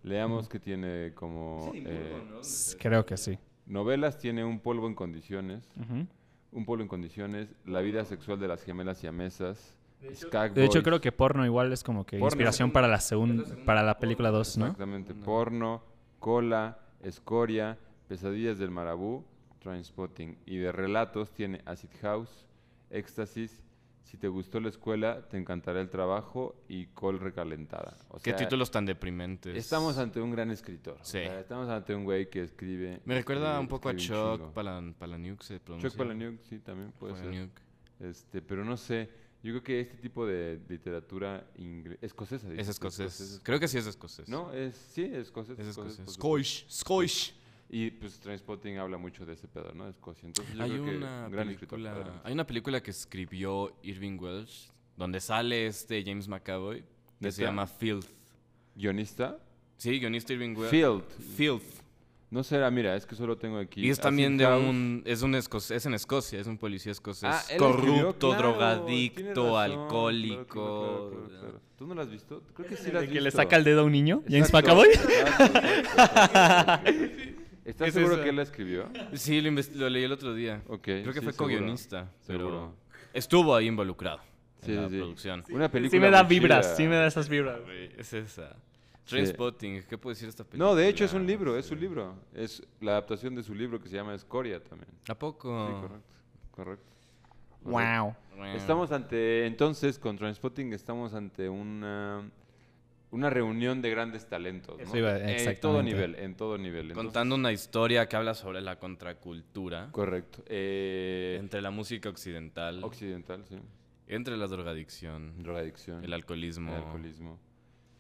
Speaker 2: leamos que tiene como eh,
Speaker 3: S- Creo que sí.
Speaker 2: novelas, tiene un polvo en condiciones, un polvo en condiciones, la vida sexual de las gemelas siamesas, Skag
Speaker 3: De hecho,
Speaker 2: Boys,
Speaker 3: creo que porno igual es como que
Speaker 2: Porno.
Speaker 3: inspiración para la segunda, para la película 2, ¿no?
Speaker 2: Exactamente, porno, cola, escoria, pesadillas del marabú, transpotting. Y de relatos tiene Acid House, Éxtasis, Si te gustó la escuela, te encantará el trabajo y Col recalentada. O
Speaker 1: Qué
Speaker 2: sea,
Speaker 1: títulos tan deprimentes.
Speaker 2: Estamos ante un gran escritor. o
Speaker 1: Sí.
Speaker 2: sea, estamos ante un güey que escribe.
Speaker 1: Me recuerda
Speaker 2: escribe-
Speaker 1: un poco a
Speaker 2: escribe un
Speaker 1: Chuck
Speaker 2: chingo.
Speaker 1: Palan, Palahniuk, se pronuncia.
Speaker 2: Chuck Palahniuk, sí, también puede ser.
Speaker 1: Palahniuk.
Speaker 2: Este, pero no sé. Yo creo que este tipo de literatura ingle- escocesa. dices,
Speaker 1: Es escocés.
Speaker 2: escocesa.
Speaker 1: Creo que sí es escocés.
Speaker 2: No, es, sí, escocés.
Speaker 1: Es
Speaker 2: escocés,
Speaker 1: escocés.
Speaker 2: por supuesto.
Speaker 1: Scoish. Scoish.
Speaker 2: Y pues Trainspotting habla mucho de ese pedo, ¿no? De Escocia. Entonces yo
Speaker 1: Hay
Speaker 2: creo que
Speaker 1: una,
Speaker 2: un gran escritor.
Speaker 1: película,
Speaker 2: adelante.
Speaker 1: hay una película que escribió Irving Welsh, donde sale este James McAvoy, que se
Speaker 2: ¿Neta?
Speaker 1: llama Filth.
Speaker 2: Guionista.
Speaker 1: Sí, guionista Irving Welsh.
Speaker 2: Field.
Speaker 1: Filth.
Speaker 2: No será, mira, es que solo tengo aquí.
Speaker 1: Y es
Speaker 2: Acid
Speaker 1: también de
Speaker 2: House.
Speaker 1: un... Es, un esco- es en Escocia, es un policía escocés.
Speaker 2: Ah, él escribió,
Speaker 1: corrupto,
Speaker 2: claro, tienes razón,
Speaker 1: drogadicto,
Speaker 2: claro, claro,
Speaker 1: alcohólico.
Speaker 2: claro, claro, claro. ¿Tú no la has visto? Creo que sí la has visto.
Speaker 3: Que le saca el dedo a un niño, James
Speaker 2: Exacto, Ah,
Speaker 3: McAvoy.
Speaker 2: exacto, exacto, exacto. ¿Estás
Speaker 3: Es
Speaker 2: seguro
Speaker 3: esa.
Speaker 2: que él la escribió?
Speaker 1: Sí, lo, invest- lo leí el otro día.
Speaker 2: Ok,
Speaker 1: Creo que
Speaker 2: sí,
Speaker 1: fue
Speaker 2: seguro.
Speaker 1: co-guionista, pero
Speaker 2: Seguro.
Speaker 1: estuvo ahí involucrado
Speaker 2: Sí,
Speaker 1: en la
Speaker 2: sí, sí.
Speaker 1: producción.
Speaker 2: Una película.
Speaker 3: Sí me da
Speaker 2: muy
Speaker 3: vibras,
Speaker 2: chida.
Speaker 3: sí me da esas vibras.
Speaker 1: Güey, Es esa. Trainspotting, ¿qué puede decir esta película?
Speaker 2: No, de hecho es un libro, es
Speaker 1: Sí.
Speaker 2: un libro. Es la adaptación de su libro que se llama Escoria también.
Speaker 1: ¿A poco?
Speaker 2: eh.
Speaker 3: Oh.
Speaker 2: Sí, correcto. Correcto. correcto.
Speaker 3: Wow.
Speaker 1: Bueno.
Speaker 2: Estamos ante, entonces, con Transpotting estamos ante una, una reunión de grandes talentos, ¿no?
Speaker 3: Eso iba-
Speaker 2: En todo
Speaker 3: exactamente.
Speaker 2: nivel, en todo nivel. Entonces,
Speaker 1: contando una historia que habla sobre la contracultura
Speaker 2: Correcto. Eh,
Speaker 1: entre la música occidental,
Speaker 2: occidental, sí.
Speaker 1: entre la drogadicción,
Speaker 2: Drogadicción.
Speaker 1: el alcoholismo.
Speaker 2: el alcoholismo.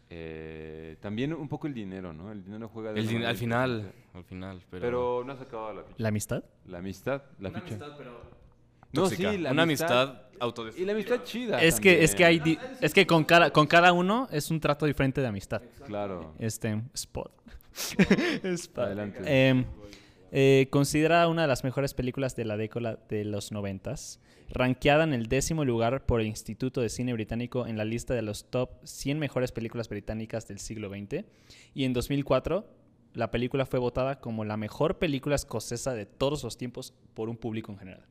Speaker 2: Eh, también un poco el dinero, ¿no? El dinero juega... de
Speaker 1: El
Speaker 2: una
Speaker 1: din-
Speaker 2: manera
Speaker 1: al final,
Speaker 2: interesante.
Speaker 1: al final, pero,
Speaker 2: Pero no has acabado la ficha.
Speaker 3: ¿La amistad?
Speaker 2: La amistad, la ficha. No, sí,
Speaker 1: tóxica.
Speaker 2: la
Speaker 1: una amistad, autodestructiva.
Speaker 2: Y la amistad chida
Speaker 3: Es que, es que hay
Speaker 2: también.
Speaker 3: di- es que con cada, con cada uno es un trato diferente de amistad.
Speaker 2: Claro.
Speaker 3: Este, spot. Spot.
Speaker 2: Adelante.
Speaker 3: Em, eh, considerada una de las mejores películas de la década de los noventas, ranqueada en el décimo lugar por el Instituto de Cine Británico en la lista de los top 100 mejores películas británicas del siglo XX, y en 2004 la película fue votada como la mejor película escocesa de todos los tiempos por un público en general.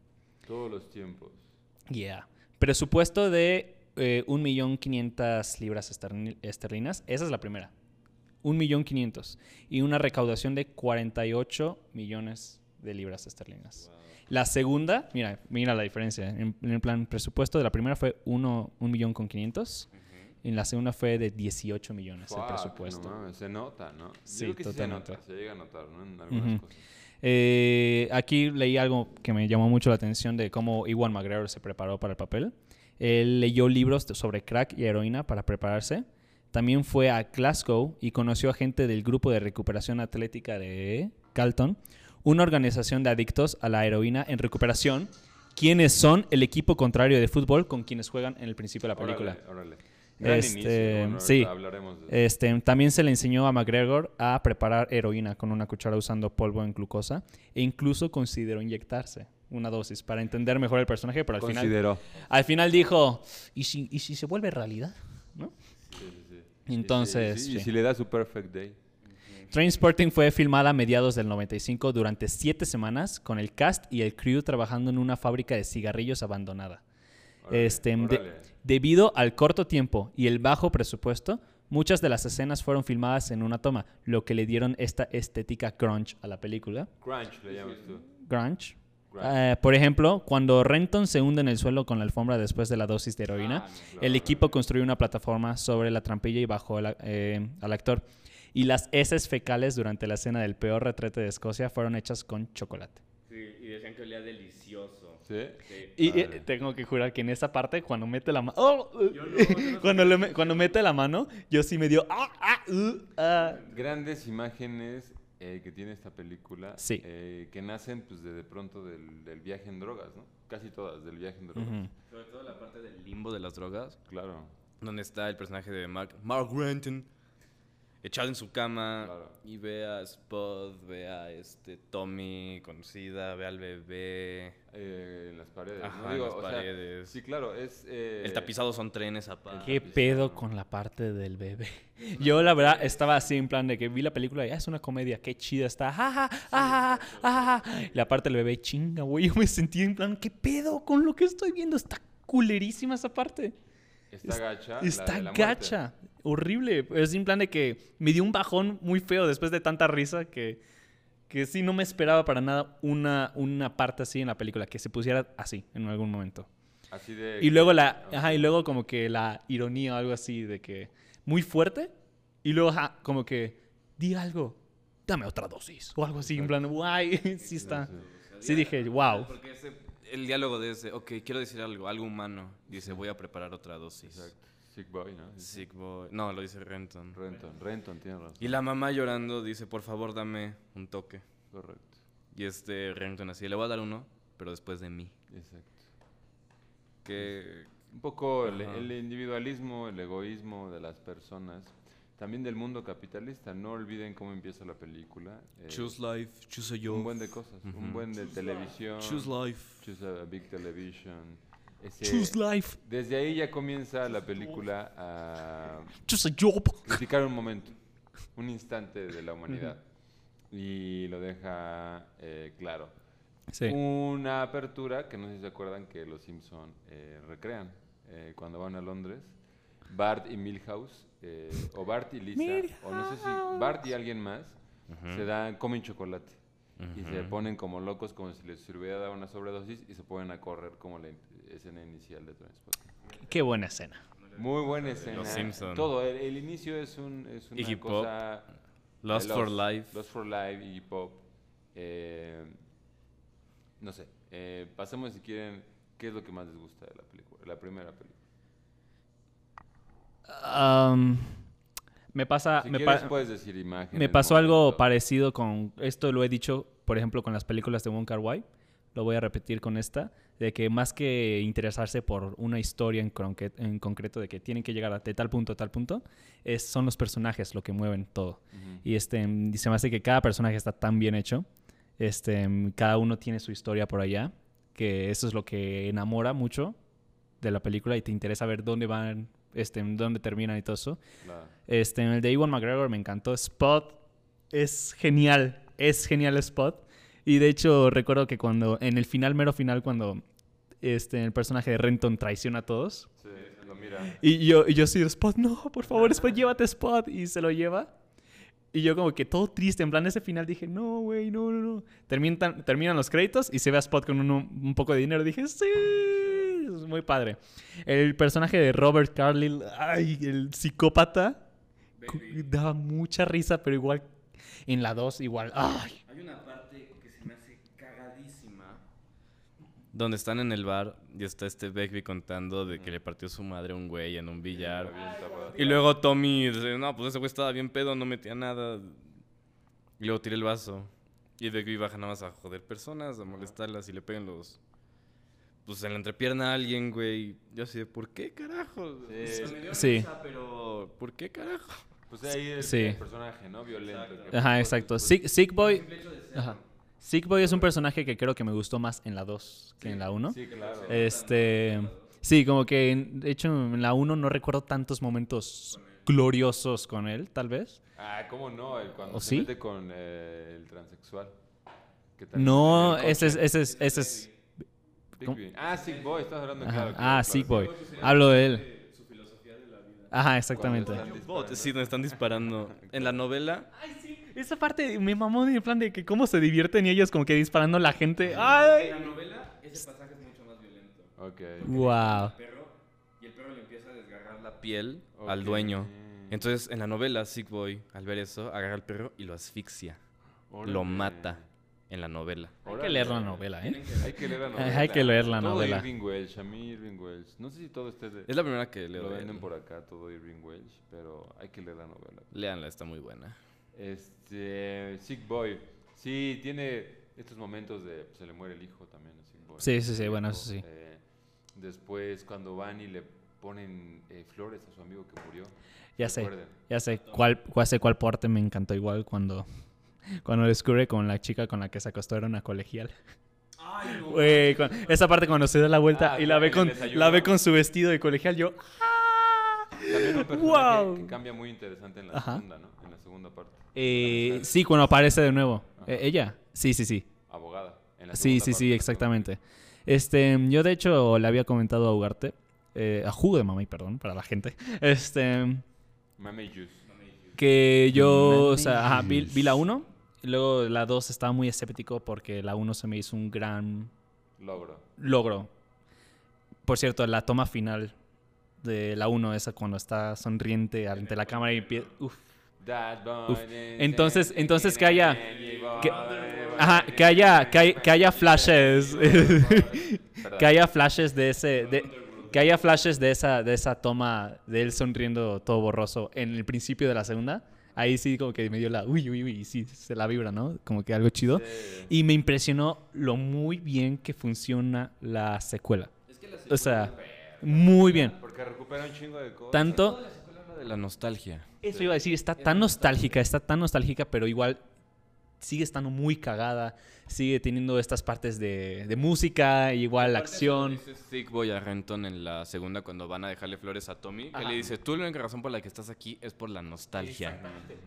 Speaker 2: Todos los tiempos.
Speaker 3: Yeah. Presupuesto de eh, 1.500.000 libras esterni- esterlinas. Esa es la primera. 1.500.000. Y una recaudación de 48 millones de libras esterlinas. La segunda, mira, mira la diferencia. En, en el plan presupuesto de la primera fue 1 millón con 500. En la segunda fue de 18 millones el
Speaker 2: Fuck,
Speaker 3: presupuesto.
Speaker 2: no mames, se nota, ¿no? Yo
Speaker 3: Sí,
Speaker 2: creo que
Speaker 3: totalmente.
Speaker 2: se nota, se llega a notar, ¿no? En algunas
Speaker 3: Ujú.
Speaker 2: cosas.
Speaker 3: Eh, aquí leí algo que me llamó mucho la atención de cómo Iwan McGregor se preparó para el papel. Él leyó libros de- sobre crack y heroína para prepararse. También fue a Glasgow y conoció a gente del grupo de recuperación atlética de Calton, una organización de adictos a la heroína en recuperación, quienes son el equipo contrario de fútbol con quienes juegan en el principio de la película.
Speaker 2: Órale, órale. Gran
Speaker 3: Este,
Speaker 2: inicio, bueno,
Speaker 3: sí.
Speaker 2: Hablaremos de
Speaker 3: Este, también se le enseñó a McGregor a preparar heroína con una cuchara usando polvo en glucosa e incluso consideró inyectarse una dosis para entender mejor el personaje, pero al, final,
Speaker 2: Consideró.
Speaker 3: al final dijo, ¿y si, y si se vuelve realidad? ¿No?
Speaker 2: Sí, sí, sí. Y si-
Speaker 3: Entonces,
Speaker 2: y si, y
Speaker 3: sí.
Speaker 2: si le da su perfect day.
Speaker 3: Trainspotting fue filmada a mediados del 95 durante siete semanas con el cast y el crew trabajando en una fábrica de cigarrillos abandonada.
Speaker 2: Órale,
Speaker 3: Este, de-
Speaker 2: órale.
Speaker 3: debido al corto tiempo y el bajo presupuesto, muchas de las escenas fueron filmadas en una toma, lo que le dieron esta estética grunge a la película.
Speaker 2: Crunch le llamas tú.
Speaker 3: Grunge.
Speaker 2: Grunge.
Speaker 3: Eh, por ejemplo, cuando Renton se hunde en el suelo con la alfombra después de la dosis de heroína,
Speaker 2: Ah, claro,
Speaker 3: el
Speaker 2: claro.
Speaker 3: equipo construyó una plataforma sobre la trampilla y bajó el- eh, al actor. Y las heces fecales durante la escena del peor retrete de Escocia fueron hechas con chocolate.
Speaker 1: Sí, y decían que olía delicioso.
Speaker 2: ¿Sí?
Speaker 3: Y eh,
Speaker 2: Órale.
Speaker 3: tengo que jurar que en esa parte, cuando mete la mano. cuando, le me- cuando mete la mano, yo sí me dio. "Ah, ah, uh, ah".
Speaker 2: Grandes imágenes eh, que tiene esta película.
Speaker 3: Sí.
Speaker 2: eh, que nacen, pues, de, de pronto del, del viaje en drogas, ¿no? Casi todas, del viaje en drogas.
Speaker 3: Ujú.
Speaker 1: Sobre todo la parte del limbo de las drogas,
Speaker 2: Claro.
Speaker 1: donde está el personaje de Mark, Mark Renton, echado en su cama,
Speaker 2: Claro.
Speaker 1: y ve a Spud, ve a este Tommy con sida, ve al bebé.
Speaker 2: Eh, en las paredes. ¿no?
Speaker 1: Ajá, en las
Speaker 2: o sea,
Speaker 1: paredes.
Speaker 2: sí, claro, es... eh,
Speaker 1: El tapizado son trenes aparte.
Speaker 3: ¿Qué pedo con la parte del bebé? Yo, la verdad, estaba así en plan de que vi la película y "Ah, es una comedia, qué chida está. ja, ja, ah, ah, ah". Y La parte del bebé, chinga, güey. Yo me sentí en plan, ¿qué pedo con lo que estoy viendo? Está culerísima esa parte.
Speaker 2: Está gacha. Ah, la
Speaker 3: Está
Speaker 2: de la muerte.
Speaker 3: gacha. Horrible. Es en plan de que me dio un bajón muy feo después de tanta risa que, que sí no me esperaba para nada una, una parte así en la película, que se pusiera así en algún momento.
Speaker 2: Así de...
Speaker 3: Y luego la,
Speaker 2: Ok.
Speaker 3: ajá, y luego como que la ironía o algo así de que muy fuerte y luego ajá, como que di algo, dame otra dosis o algo así, en plan, guay, sí está. Sí dije, wow.
Speaker 1: Porque ese- el diálogo de ese, ok, quiero decir algo, algo humano. Dice, voy a preparar otra dosis.
Speaker 2: Exacto. Sick Boy, ¿no?
Speaker 1: Sick boy. No, lo dice Renton.
Speaker 2: Renton, Renton tiene razón.
Speaker 1: Y la mamá llorando dice, por favor, dame un toque.
Speaker 2: Correcto.
Speaker 1: Y este Renton así, le voy a dar uno, pero después de mí.
Speaker 2: Exacto.
Speaker 1: Que...
Speaker 2: Un poco el,
Speaker 1: Ajá.
Speaker 2: el individualismo, el egoísmo de las personas, también del mundo capitalista. No olviden cómo empieza la película. eh,
Speaker 1: Choose life, choose a
Speaker 2: un
Speaker 1: yo.
Speaker 2: buen de cosas, un
Speaker 1: Ujú.
Speaker 2: buen de televisión.
Speaker 1: Choose life.
Speaker 2: choose a big television. ese-
Speaker 3: Choose life,
Speaker 2: desde ahí ya comienza la película a
Speaker 3: choose a job.
Speaker 2: criticar un momento, un instante de la humanidad. Y lo deja eh, claro.
Speaker 3: Sí.
Speaker 2: Una apertura que no sé si se acuerdan que los Simpson eh, recrean eh, cuando van a Londres. Bart y Milhouse, eh, o Bart y Lisa, o no sé si Bart y alguien más, se dan, comen chocolate. Y se ponen como locos, como si les hubiera dado una sobredosis y se ponen a correr como la in- escena inicial de Transporte.
Speaker 3: Qué buena escena.
Speaker 2: Muy buena escena.
Speaker 1: Simpson.
Speaker 2: Todo, el, el inicio es, un, es una
Speaker 1: Iggy Pop.
Speaker 2: cosa...
Speaker 1: Lost
Speaker 2: eh,
Speaker 1: for Life.
Speaker 2: Lost for Life, Iggy Pop. eh, no sé. eh, pasemos si quieren, ¿qué es lo que más les gusta de la película? La primera película.
Speaker 3: Um, me pasa,
Speaker 2: Si
Speaker 3: Ah, me,
Speaker 2: quieres
Speaker 3: pa-
Speaker 2: puedes decir imagen.
Speaker 3: me pasó algo parecido con esto lo he dicho, por ejemplo, con las películas de Wong Kar Wai. Lo voy a repetir con esta, de que más que interesarse por una historia en, cronque- en concreto, de que tienen que llegar a de tal punto a tal punto, es, son los personajes lo que mueven todo. Y este, mm, se me hace que cada personaje está tan bien hecho. Este, mm, cada uno tiene su historia por allá, que eso es lo que enamora mucho de la película y te interesa ver dónde van, este, dónde terminan y todo eso. Este, el de Iwan McGregor me encantó. Spot es genial. Es genial Spot. Y de hecho, recuerdo que cuando, en el final, mero final, cuando este, el personaje de Renton traiciona a todos,
Speaker 2: mira.
Speaker 3: Y yo, y yo sí, Spot, no, por favor, Spot, llévate Spot. Y se lo lleva. Y yo como que todo triste, en plan ese final dije, no, güey, no, no, no. Terminan, terminan los créditos y se ve a Spot con uno- un poco de dinero. Dije, sí, es muy padre. El personaje de Robert Carlyle, ay, el psicópata, cu- daba mucha risa, pero igual en la 2, igual, ay,
Speaker 1: Hay una parte que se me hace cagadísima. Donde están en el bar y está este Begbie contando de que le partió su madre a un güey en un billar. Y luego Tommy dice, no, pues ese güey estaba bien pedo, no metía nada. Y luego tiré el vaso. Y Begbie baja nada más a joder personas, a molestarlas y le pegan los... Pues en la entrepierna a alguien, güey. Yo así de, ¿por qué carajo?
Speaker 2: Sí.
Speaker 1: O sea, me dio
Speaker 3: Sí.
Speaker 1: risa, pero ¿por qué carajo?
Speaker 2: Pues ahí es
Speaker 3: Sí.
Speaker 2: el personaje, ¿no? Violento. que-
Speaker 3: ajá, exacto. Sick, Sick Boy, ajá. Sick Boy es un personaje que creo que me gustó más en la 2 que en la 1.
Speaker 2: Sí, claro.
Speaker 3: Este. Sí, como que en- de hecho en la 1 no recuerdo tantos momentos gloriosos con él, tal vez.
Speaker 2: Ah, ¿cómo no? El cuando
Speaker 3: ¿O
Speaker 2: se
Speaker 3: sí?
Speaker 2: mete con eh, el transexual. que también
Speaker 3: No,
Speaker 2: en el
Speaker 3: ese es.
Speaker 2: coche.
Speaker 3: Ese es, ese es
Speaker 2: Big
Speaker 3: ¿cómo?
Speaker 2: Big. Ah, Sick Boy, estás hablando
Speaker 3: ajá.
Speaker 2: claro.
Speaker 3: Ah, Sick Boy. Hablo de él. Ajá, exactamente.
Speaker 2: Cuando están disparando.
Speaker 1: Sí, donde están disparando. En la novela...
Speaker 3: Esa parte me mamó en plan de que cómo se divierten y ellos como que disparando a la gente. Ah. ¡Ay!
Speaker 1: la novela, ese pasaje es mucho más violento.
Speaker 2: Ok.
Speaker 3: ¡Wow!
Speaker 1: perro y el perro le empieza a desgarrar la piel al
Speaker 2: Ok. Mm,
Speaker 1: dueño. Entonces, en la novela, Sick Boy, al ver eso, agarra al perro y lo asfixia. Lo
Speaker 2: Órale. ¿Eh?
Speaker 1: mata en la novela.
Speaker 3: Hay que
Speaker 2: Órale.
Speaker 3: leer la novela, ¿eh?
Speaker 2: Hay que leer la
Speaker 3: Ajá, hay
Speaker 2: novela.
Speaker 3: que leer la
Speaker 2: Todo
Speaker 3: novela.
Speaker 2: Irving Welsh, a mí Irving Welsh. No sé si todo esté de...
Speaker 1: Es la primera que leo.
Speaker 2: Lo
Speaker 1: de
Speaker 2: venden
Speaker 1: él.
Speaker 2: por acá, todo Irving Welsh, pero hay que leer la novela.
Speaker 1: Léanla, está muy buena.
Speaker 2: Este, Sick Boy. Sí, tiene estos momentos de pues, se le muere el hijo también a Sick Boy.
Speaker 3: Sí, sí, sí,
Speaker 2: El
Speaker 3: bueno,
Speaker 2: hijo,
Speaker 3: eso sí.
Speaker 2: eh, después, cuando van y le ponen eh, flores a su amigo que murió.
Speaker 3: Ya sé.
Speaker 2: Recuerden.
Speaker 3: Ya sé cuál, cuál, sé cuál parte me encantó igual cuando, cuando descubre con la chica con la que se acostó era una colegial. Güey, cuan- Eh, esa parte cuando se da la vuelta
Speaker 2: Ah,
Speaker 3: y la ve,
Speaker 2: en el
Speaker 3: con,
Speaker 2: desayuno.
Speaker 3: la ve con su vestido de colegial, yo... ¡ah!
Speaker 2: También un personaje
Speaker 3: Wow.
Speaker 2: que cambia muy interesante en la
Speaker 3: Ajá.
Speaker 2: segunda, ¿no? En la segunda parte.
Speaker 3: Eh,
Speaker 2: Ajá.
Speaker 3: sí, cuando aparece de nuevo. Eh, ¿Ella? Sí, sí, sí.
Speaker 2: Abogada. en la
Speaker 3: Sí,
Speaker 2: segunda parte,
Speaker 3: sí, sí,
Speaker 2: la segunda.
Speaker 3: exactamente. Este, yo de hecho le había comentado a Ugarte, eh, a Jugo de Mamey, perdón, para la gente, este,
Speaker 2: Mame Juice.
Speaker 3: que yo, o sea, ajá, vi, vi la 1, y luego la 2 estaba muy escéptico porque la 1 se me hizo un gran
Speaker 2: Logro.
Speaker 3: logro. Por cierto, la toma final de la 1, esa cuando está sonriente ante la cámara y empieza... Uf,
Speaker 2: That boy
Speaker 3: Uf.
Speaker 2: is-
Speaker 3: Entonces- entonces que haya- que- ajá, que haya, que, hay- que haya flashes.
Speaker 2: Perdón.
Speaker 3: que haya flashes de ese de- que haya flashes de esa de esa toma de él sonriendo todo borroso en el principio de la segunda ahí sí como que me dio la uy uy uy y sí se la vibra no como que algo chido
Speaker 2: Sí.
Speaker 3: y me impresionó lo muy bien que funciona la secuela o sea muy bien
Speaker 2: Porque recupera un chingo de cosas.
Speaker 3: tanto
Speaker 1: de la nostalgia.
Speaker 3: eso iba a decir está tan nostálgica está tan nostálgica pero igual sigue estando muy cagada sigue teniendo estas partes de, de música igual acción
Speaker 1: Sick Boy a Renton en la segunda cuando van a dejarle flores a Tommy. Que
Speaker 3: Ajá.
Speaker 1: le dice, tú la única razón por la que estás aquí es por la nostalgia.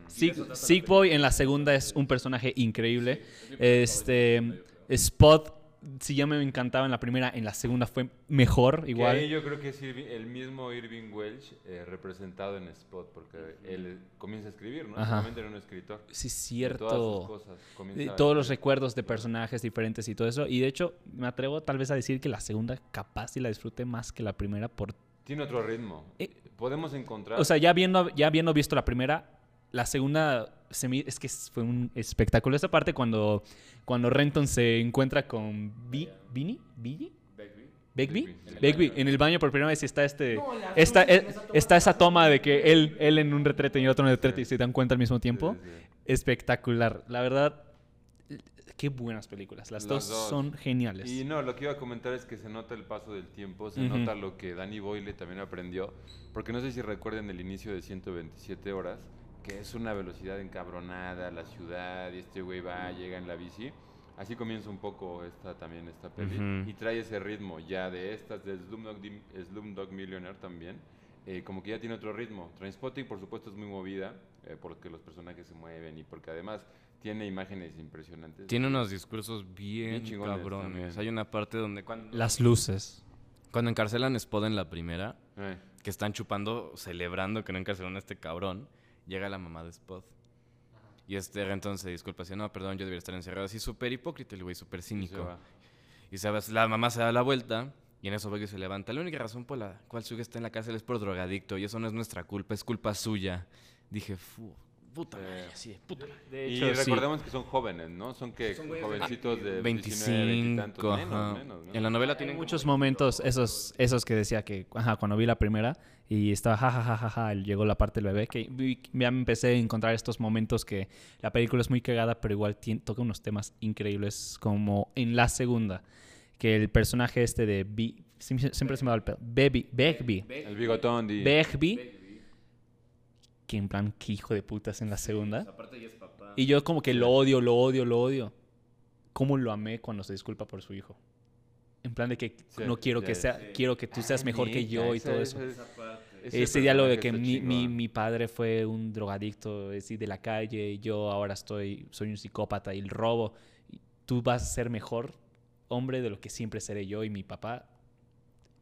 Speaker 3: Sick, Sick Boy en la segunda es un personaje increíble. Este Spot, si ya me encantaba en la primera, en la segunda fue mejor
Speaker 2: Que ahí
Speaker 3: igual.
Speaker 2: yo creo que es Irving- el mismo Irving Welsh eh, representado en Spot, porque él eh, comienza a escribir, ¿no?
Speaker 3: Ajá.
Speaker 2: Realmente era un escritor. De
Speaker 3: Sí,
Speaker 2: Todas sus
Speaker 3: cierto.
Speaker 2: cosas.
Speaker 3: Eh,
Speaker 2: comienza a-
Speaker 3: Todos los recuerdos de personajes diferentes y todo eso. Y de hecho, me atrevo tal vez a decir que la segunda capaz y la disfruté más que la primera. Por...
Speaker 2: Tiene otro ritmo.
Speaker 3: Eh,
Speaker 2: Podemos encontrar.
Speaker 3: O sea, ya viendo, ya habiendo visto la primera, la segunda se me- es que fue un espectáculo. Esa parte cuando, cuando Renton se encuentra con Vi- Vini, Vini, Begbie,
Speaker 2: Begbie.
Speaker 3: Begbie, en el baño por primera vez y está este, está, e- está esa toma de que él, él en un retrete y el otro en el retrete y se dan cuenta al mismo tiempo.
Speaker 2: Sí, sí, sí.
Speaker 3: Espectacular, la verdad, qué buenas películas, las
Speaker 2: Las
Speaker 3: dos,
Speaker 2: dos.
Speaker 3: son geniales.
Speaker 2: Y no, lo que iba a comentar es que se nota el paso del tiempo, se
Speaker 3: Ujú.
Speaker 2: nota lo que Danny Boyle también aprendió, porque no sé si recuerden el inicio de 127 horas, que es una velocidad encabronada, la ciudad, y este güey va, llega en la bici. Así comienza un poco esta también esta peli
Speaker 1: Ujú.
Speaker 2: y trae ese ritmo ya de estas de Slumdog, Dim- Slumdog Millionaire también. eh, como que ya tiene otro ritmo. Transpotting, por supuesto, es muy movida eh, porque los personajes se mueven y porque además tiene imágenes impresionantes.
Speaker 1: Tiene unos discursos bien,
Speaker 2: Bien chingones
Speaker 1: cabrones.
Speaker 2: también.
Speaker 1: Hay una parte donde cuando,
Speaker 3: Las luces.
Speaker 1: cuando encarcelan a Spot en la primera,
Speaker 2: Eh.
Speaker 1: que están chupando, celebrando que no encarcelaron a este cabrón, llega la mamá de Spot. Y este entonces disculpa, dice, no, perdón, yo debería estar encerrado. Así súper hipócrita el güey, súper cínico.
Speaker 2: va.
Speaker 1: Y sabes, la mamá se da la vuelta y en eso Veggie se levanta. La única razón por la cual Suga está en la cárcel es por drogadicto y eso no es nuestra culpa, es culpa suya. Dije, "Fu- puta madre, así de puta madre".
Speaker 3: De
Speaker 2: Y
Speaker 3: hecho, sí.
Speaker 2: recordemos que son jóvenes, ¿no? Son que jovencitos de 19, 20 y tantos,
Speaker 1: 25. ajá.
Speaker 2: menos, menos, ¿no?
Speaker 1: En la novela
Speaker 3: Tienen
Speaker 1: tienen como-
Speaker 3: muchos momentos, esos, esos que decía que, ajá, cuando vi la primera y estaba jajajajaja, llegó la parte del bebé, que vi- ya me empecé a encontrar estos momentos que la película es muy cagada, pero igual tien- toca unos temas increíbles, como en la segunda, que el personaje este de B, siempre siempre se me va el pedo, Bebi, Begbie,
Speaker 2: El bigotón. di-
Speaker 3: Begbie, que en plan, qué hijo de putas en la segunda.
Speaker 1: pues, Aparte ya es papá.
Speaker 3: Y yo como que lo odio, lo odio, lo odio. ¿Cómo lo amé cuando se disculpa por su hijo? En plan de que
Speaker 2: Sí,
Speaker 3: no quiero que
Speaker 2: sí,
Speaker 3: sea,
Speaker 1: sí. Ah,
Speaker 3: quiero que tú seas mejor que yo y
Speaker 2: Esa-
Speaker 3: todo
Speaker 2: esa-
Speaker 3: eso.
Speaker 1: Esa parte.
Speaker 2: ese
Speaker 3: Ese diálogo de
Speaker 2: personaje
Speaker 3: que
Speaker 2: está
Speaker 3: mi, mi,
Speaker 2: chingón.
Speaker 3: mi padre fue un drogadicto, es decir, de la calle, y yo ahora estoy, soy un psicópata y el robo. y Tú vas a ser mejor hombre de lo que siempre seré yo y mi papá.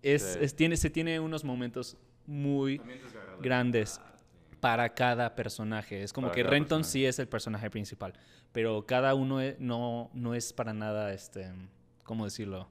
Speaker 3: Es,
Speaker 2: Sí.
Speaker 3: es- tiene, se tiene unos momentos muy grandes para cada personaje. Es como
Speaker 2: Ah, Para
Speaker 3: que
Speaker 2: cada
Speaker 3: Renton
Speaker 2: personaje.
Speaker 3: sí es el personaje principal, pero cada uno e- no, no es para nada, este, ¿cómo decirlo?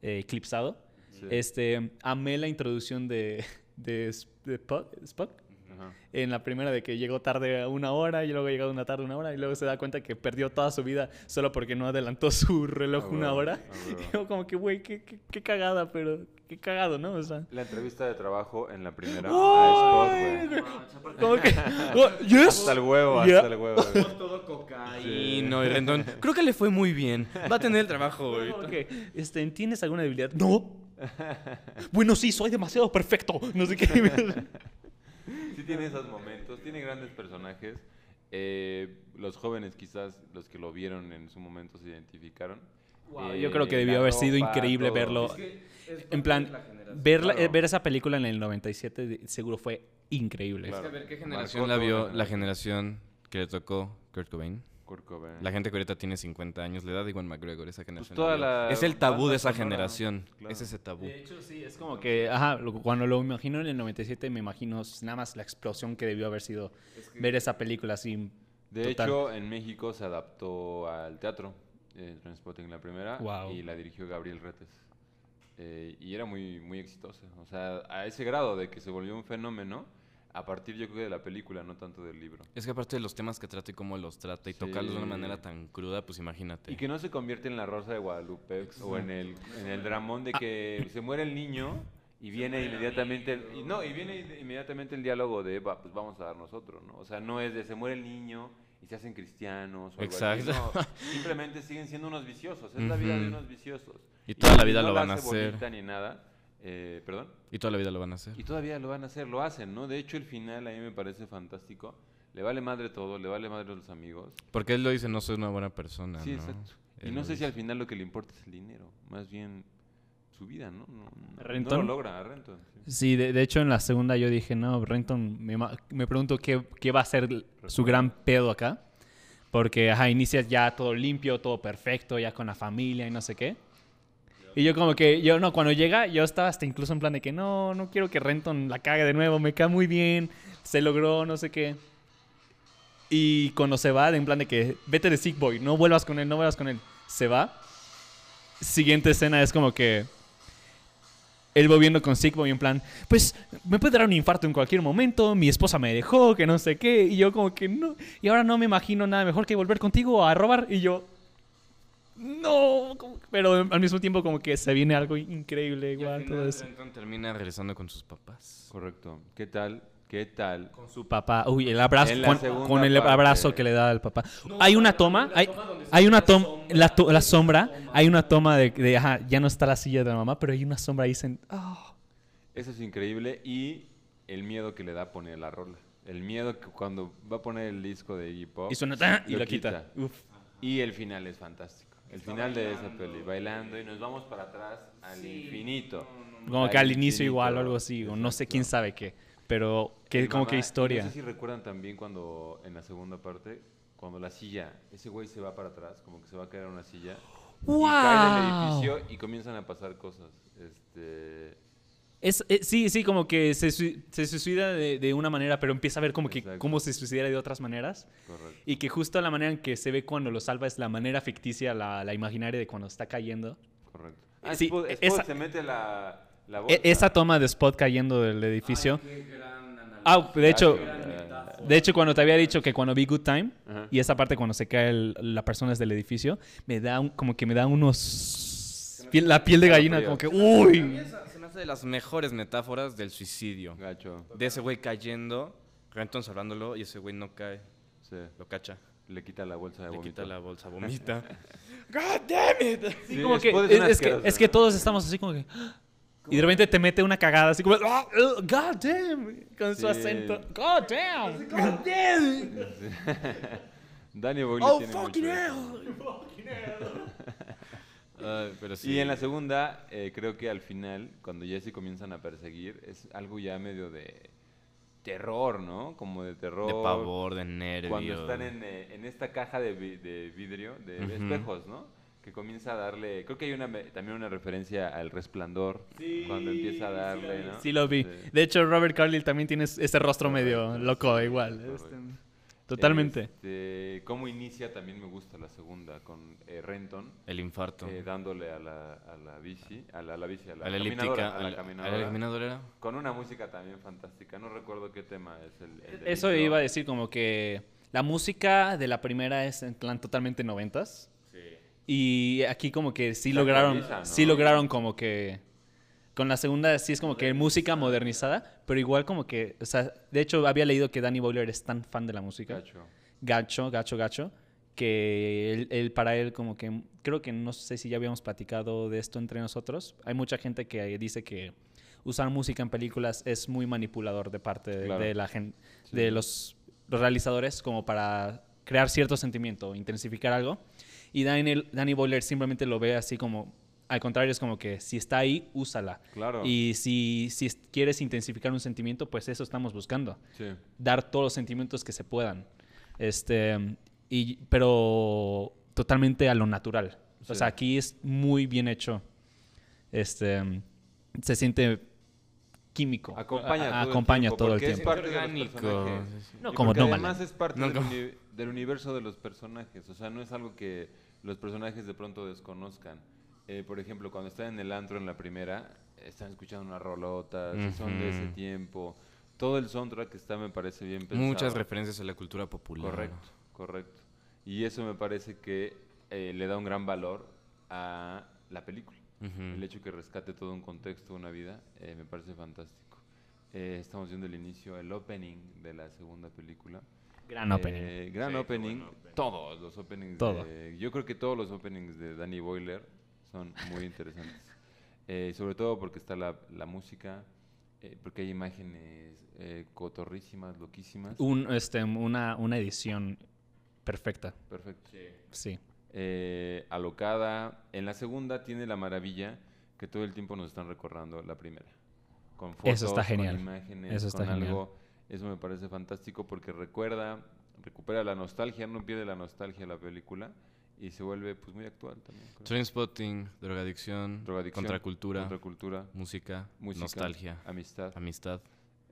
Speaker 3: Eh, eclipsado.
Speaker 2: Sí.
Speaker 3: Este, amé la introducción de, de, Sp- de Puck- Spock
Speaker 2: Ajá.
Speaker 3: en la primera de que llegó tarde a una hora y luego llegó una tarde a una hora y luego se da cuenta que perdió toda su vida solo porque no adelantó su reloj
Speaker 2: Ah,
Speaker 3: una
Speaker 2: huevo,
Speaker 3: hora.
Speaker 2: ah, huevo.
Speaker 3: Y yo como que, güey, qué, qué- qué cagada, pero qué cagado, ¿no? O sea...
Speaker 2: La entrevista de trabajo en la primera a
Speaker 3: ¡Ay,
Speaker 2: Spot, güey.
Speaker 3: güey! Como que... oh, yes.
Speaker 2: Hasta el huevo,
Speaker 3: Ya.
Speaker 2: hasta el huevo. güey.
Speaker 1: Todo cocaína y Rendón. Creo que le fue muy bien. Va a tener el trabajo
Speaker 3: Fue como
Speaker 1: ahorita.
Speaker 3: que, este, ¿tienes alguna debilidad? No. Bueno, sí, soy demasiado perfecto. No sé qué.
Speaker 2: Sí tiene esos momentos, tiene grandes personajes. Eh, los jóvenes quizás, los que lo vieron en su momento, se identificaron.
Speaker 3: Wow,
Speaker 2: Eh,
Speaker 3: yo creo que
Speaker 2: la
Speaker 3: debió haber sido
Speaker 2: ropa,
Speaker 3: increíble
Speaker 2: todo.
Speaker 3: verlo.
Speaker 2: Es que
Speaker 3: en plan, ver, la- ver esa película en el 97 de- seguro fue increíble.
Speaker 1: Es que a
Speaker 2: Claro.
Speaker 1: ver qué
Speaker 2: Marcó
Speaker 1: generación
Speaker 2: toda
Speaker 1: la
Speaker 2: una
Speaker 1: vio, la
Speaker 2: generación.
Speaker 1: generación que le tocó Kurt Cobain.
Speaker 2: Kurt Cobain.
Speaker 1: La gente que ahorita tiene 50 años, le da de Iwan McGregor, esa generación. la
Speaker 2: toda
Speaker 1: vio.
Speaker 2: la
Speaker 1: es el tabú
Speaker 2: banda
Speaker 1: de esa
Speaker 2: sonora,
Speaker 1: generación.
Speaker 2: claro.
Speaker 1: Es ese tabú.
Speaker 3: De hecho, sí, es como que, ajá, lo- cuando lo imagino en el 97, me imagino nada más la explosión que debió haber sido ver esa película así.
Speaker 2: De
Speaker 3: Total.
Speaker 2: hecho, en México se adaptó al teatro, eh, Transpotting la primera,
Speaker 3: Guau.
Speaker 2: y la dirigió Gabriel Retes. Eh, y era muy, muy exitosa, o sea, a ese grado de que se volvió un fenómeno, a partir yo creo que de la película, no tanto del libro.
Speaker 1: Es que aparte de los temas que trata y cómo los trata y
Speaker 2: Sí.
Speaker 1: tocarlos de una manera tan cruda, pues imagínate.
Speaker 2: Y que no se convierte en la Rosa de Guadalupe o en el, en el dramón de que se muere el niño y viene inmediatamente el, y no y viene ide- inmediatamente el diálogo de "Va, pues vamos a dar nosotros, ¿no? O sea, no es de se muere el niño y se hacen cristianos o algo así,
Speaker 1: Exacto.
Speaker 2: no. simplemente siguen siendo unos viciosos, es la vida de
Speaker 1: Ujú.
Speaker 2: unos viciosos.
Speaker 1: Y toda la
Speaker 2: si
Speaker 1: vida
Speaker 2: no
Speaker 1: lo
Speaker 2: la
Speaker 1: van a
Speaker 2: hace
Speaker 1: hacer.
Speaker 2: bonita ni nada. eh, perdón.
Speaker 1: Y toda la vida lo van a hacer.
Speaker 2: Y todavía lo van a hacer, lo hacen, ¿no? De hecho, el final a mí me parece fantástico. Le vale madre todo, le vale madre a los amigos.
Speaker 1: Porque él lo dice, no soy una buena persona.
Speaker 2: Sí,
Speaker 1: ¿no?
Speaker 2: exacto. Y
Speaker 1: Él
Speaker 2: no
Speaker 1: lo
Speaker 2: sé si
Speaker 1: dice.
Speaker 2: al final lo que le importa es el dinero, más bien su vida, ¿no? No, no- no
Speaker 3: ¿Renton?
Speaker 2: lo logra, a Renton. sí.
Speaker 3: Sí, de, de hecho en la segunda yo dije, no, Renton, me, ma- me pregunto qué, qué va a ser l- su gran pedo acá. Porque, ajá, inicias ya todo limpio, todo perfecto, ya con la familia y no sé qué. Y yo como que, yo no, cuando llega, yo estaba hasta incluso en plan de que no, no quiero que Renton la cague de nuevo, me cae muy bien, se logró, no sé qué. Y cuando se va, de en plan de que vete de Sick Boy, no vuelvas con él, no vuelvas con él, se va. Siguiente escena es como que él va viendo con Sick Boy en plan, pues me puede dar un infarto en cualquier momento, mi esposa me dejó, que no sé qué, y yo como que no, y ahora no me imagino nada mejor que volver contigo a robar, y yo, no, como que- pero al mismo tiempo como que se viene algo increíble
Speaker 1: Y al
Speaker 3: igual,
Speaker 1: final
Speaker 3: todo eso.
Speaker 1: Renton termina regresando con sus papás.
Speaker 2: Correcto. ¿Qué tal? ¿Qué tal?
Speaker 3: Con su papá, uy, el abrazo,
Speaker 2: En la
Speaker 3: con,
Speaker 2: segunda
Speaker 3: con el
Speaker 2: parte.
Speaker 3: abrazo que le da al papá. hay una toma, hay, hay una toma, la, to- la sombra, hay una toma de, de, ajá, ya no está la silla de la mamá, pero hay una sombra ahí, sen-
Speaker 2: Oh.
Speaker 3: ah.
Speaker 2: Eso es increíble y el miedo que le da poner la rola. El miedo que cuando va a poner el disco de Iggy Pop
Speaker 3: y suena, tan- y
Speaker 2: Lo
Speaker 3: la quita.
Speaker 2: quita.
Speaker 3: Uf.
Speaker 2: y el final es fantástico. El
Speaker 1: Está
Speaker 2: final de esa
Speaker 1: bailando.
Speaker 2: peli, bailando y nos vamos para atrás al
Speaker 1: Sí,
Speaker 2: infinito.
Speaker 3: Como que
Speaker 2: Al
Speaker 3: al inicio
Speaker 2: infinito,
Speaker 3: igual o algo así, o no sé quién
Speaker 2: exacto.
Speaker 3: sabe qué, pero que
Speaker 2: Mi
Speaker 3: como
Speaker 2: mamá,
Speaker 3: que
Speaker 2: y
Speaker 3: historia.
Speaker 2: No sé si recuerdan también cuando en la segunda parte, cuando la silla, ese güey se va para atrás, como que se va a caer a una silla. Y cae del
Speaker 3: ¡Guau!
Speaker 2: edificio y comienzan a pasar cosas. Este,
Speaker 3: Es, eh, sí, sí, como que se, sui- se suicida de, de una manera, pero empieza a ver como que
Speaker 2: Exacto.
Speaker 3: cómo se suicida de otras maneras.
Speaker 2: Correcto.
Speaker 3: Y que justo la manera en que se ve cuando lo salva es la manera ficticia, la, la imaginaria de cuando está cayendo.
Speaker 2: Correcto.
Speaker 3: Eh,
Speaker 2: Ah,
Speaker 3: sí,
Speaker 2: Spud-
Speaker 3: eh,
Speaker 2: Spud
Speaker 3: esa-
Speaker 2: se mete la, la
Speaker 3: E-
Speaker 2: bolsa.
Speaker 3: esa toma de Spot cayendo del edificio. Ah, de hecho,
Speaker 2: eh,
Speaker 3: de hecho, cuando te había dicho que cuando vi Good Time
Speaker 2: Ajá.
Speaker 3: y esa parte cuando se cae el- la persona del edificio, me da un- como que me da unos piel- la piel de gallina, como que uy.
Speaker 1: Se me hace de las mejores metáforas del suicidio.
Speaker 2: Gacho.
Speaker 1: De ese güey cayendo, Renton salvándolo y ese güey no cae,
Speaker 2: Sí.
Speaker 1: lo cacha.
Speaker 2: Le quita la bolsa de
Speaker 1: Le
Speaker 2: vómito.
Speaker 1: quita la bolsa, vomita. ¡God damn it!
Speaker 2: Sí,
Speaker 3: como que
Speaker 2: Spud
Speaker 3: es,
Speaker 2: un
Speaker 3: es que,
Speaker 2: asqueroso,
Speaker 3: es que
Speaker 2: ¿no?
Speaker 3: todos estamos así como que ¡ah! y de repente te mete una cagada así como ¡ah! ugh, God damn con
Speaker 2: Sí.
Speaker 3: su acento God damn God damn
Speaker 2: Dani Boyle
Speaker 1: ¡Oh,
Speaker 2: tiene
Speaker 1: fucking
Speaker 2: mucho de eso.
Speaker 1: hell! Ay, pero sí.
Speaker 2: Y en la segunda, eh, creo que al final, cuando ya se comienzan a perseguir, es algo ya medio de terror, ¿no? Como de terror.
Speaker 1: De pavor, de nervio.
Speaker 2: Cuando están en, eh, en esta caja de, vi- de vidrio, de
Speaker 1: Ujú.
Speaker 2: espejos, ¿no? Que comienza a darle. Creo que hay una, me- también una referencia al resplandor. cuando empieza a darle, ¿no?
Speaker 3: sí lo vi
Speaker 2: Sí.
Speaker 3: de hecho Robert Carlyle también tiene es- ese rostro medio
Speaker 2: Correcto,
Speaker 3: loco
Speaker 2: sí,
Speaker 3: igual
Speaker 2: correcto.
Speaker 3: este, totalmente
Speaker 2: Este, cómo inicia también me gusta la segunda, con eh, Renton.
Speaker 1: El infarto.
Speaker 2: eh, dándole a la, a la bici, a la, a la bici, a la,
Speaker 1: a la
Speaker 2: caminadora,
Speaker 1: elíptica.
Speaker 2: a la
Speaker 1: ¿A la
Speaker 2: caminadora.
Speaker 1: caminadora era?
Speaker 2: Con una música también fantástica. No recuerdo qué tema es el. el del
Speaker 3: eso
Speaker 2: intro.
Speaker 3: iba a decir como que la música de la primera es en plan totalmente noventas y aquí como que sí
Speaker 2: La
Speaker 3: lograron
Speaker 2: actualiza, ¿no?
Speaker 3: sí lograron como que con la segunda sí es como que música modernizada pero igual como que o sea de hecho había leído que Danny Boyler es tan fan de la música
Speaker 2: Cacho.
Speaker 3: gacho, gacho, gacho, que él, él para él como que, creo que no sé si ya habíamos platicado de esto entre nosotros, hay mucha gente que dice que usar música en películas es muy manipulador de parte de,
Speaker 2: Claro.
Speaker 3: de la gente,
Speaker 2: Sí.
Speaker 3: de los, los realizadores como para crear cierto sentimiento, o intensificar algo. Y Daniel, Danny Boyler simplemente lo ve así como, al contrario, es como que si está ahí, úsala.
Speaker 2: Claro.
Speaker 3: Y si, si quieres intensificar un sentimiento, pues eso estamos buscando
Speaker 2: Sí.
Speaker 3: dar todos los sentimientos que se puedan. Este, y, pero totalmente a lo natural.
Speaker 2: Sí.
Speaker 3: O sea, aquí es muy bien hecho. Este, se siente químico.
Speaker 2: Acompaña
Speaker 3: A- a-
Speaker 2: todo
Speaker 3: acompaña
Speaker 2: el tiempo.
Speaker 3: todo el
Speaker 2: porque
Speaker 3: tiempo.
Speaker 2: Es parte de los
Speaker 1: Orgánico.
Speaker 2: personajes.
Speaker 1: Sí, sí.
Speaker 3: No,
Speaker 2: Y
Speaker 3: como
Speaker 2: porque
Speaker 3: Nomadland.
Speaker 2: Además es parte
Speaker 1: No,
Speaker 2: del,
Speaker 1: como-
Speaker 2: uni- del universo de los personajes. O sea, no es algo que los personajes de pronto desconozcan. Eh, por ejemplo, cuando están en el antro en la primera, están escuchando unas rolotas, y son de ese
Speaker 1: Ujú.
Speaker 2: tiempo. Todo el soundtrack que está me parece bien pensado.
Speaker 1: Muchas referencias a la cultura popular.
Speaker 2: Correcto, correcto. Y eso me parece que eh, le da un gran valor a la película.
Speaker 1: Ujú.
Speaker 2: El hecho que rescate todo un contexto, una vida, eh, me parece fantástico. Eh, estamos viendo el inicio, el opening de la segunda película.
Speaker 3: Gran
Speaker 2: Eh,
Speaker 3: opening.
Speaker 2: gran
Speaker 1: Sí, qué
Speaker 2: opening.
Speaker 1: buen opening.
Speaker 2: Todos los openings.
Speaker 3: Todo.
Speaker 2: de- yo creo que todos los openings de Danny Boyler son muy interesantes. Eh, sobre todo porque está la, la música, eh, porque hay imágenes eh, cotorrísimas, loquísimas.
Speaker 3: Un, este, una, una edición perfecta.
Speaker 2: Perfecto.
Speaker 3: Sí.
Speaker 2: eh, alocada. En la segunda tiene la maravilla que todo el tiempo nos están recordando la primera. Con fotos,
Speaker 3: Eso está genial.
Speaker 2: con imágenes,
Speaker 3: Eso está
Speaker 2: con
Speaker 3: genial.
Speaker 2: algo. Eso me parece fantástico porque recuerda, recupera la nostalgia, no pierde la nostalgia la película y se vuelve pues muy actual también. creo.
Speaker 1: Trainspotting, drogadicción,
Speaker 2: Drogadicción,
Speaker 1: contracultura,
Speaker 2: contracultura,
Speaker 1: música,
Speaker 2: música,
Speaker 1: nostalgia,
Speaker 2: amistad,
Speaker 1: amistad,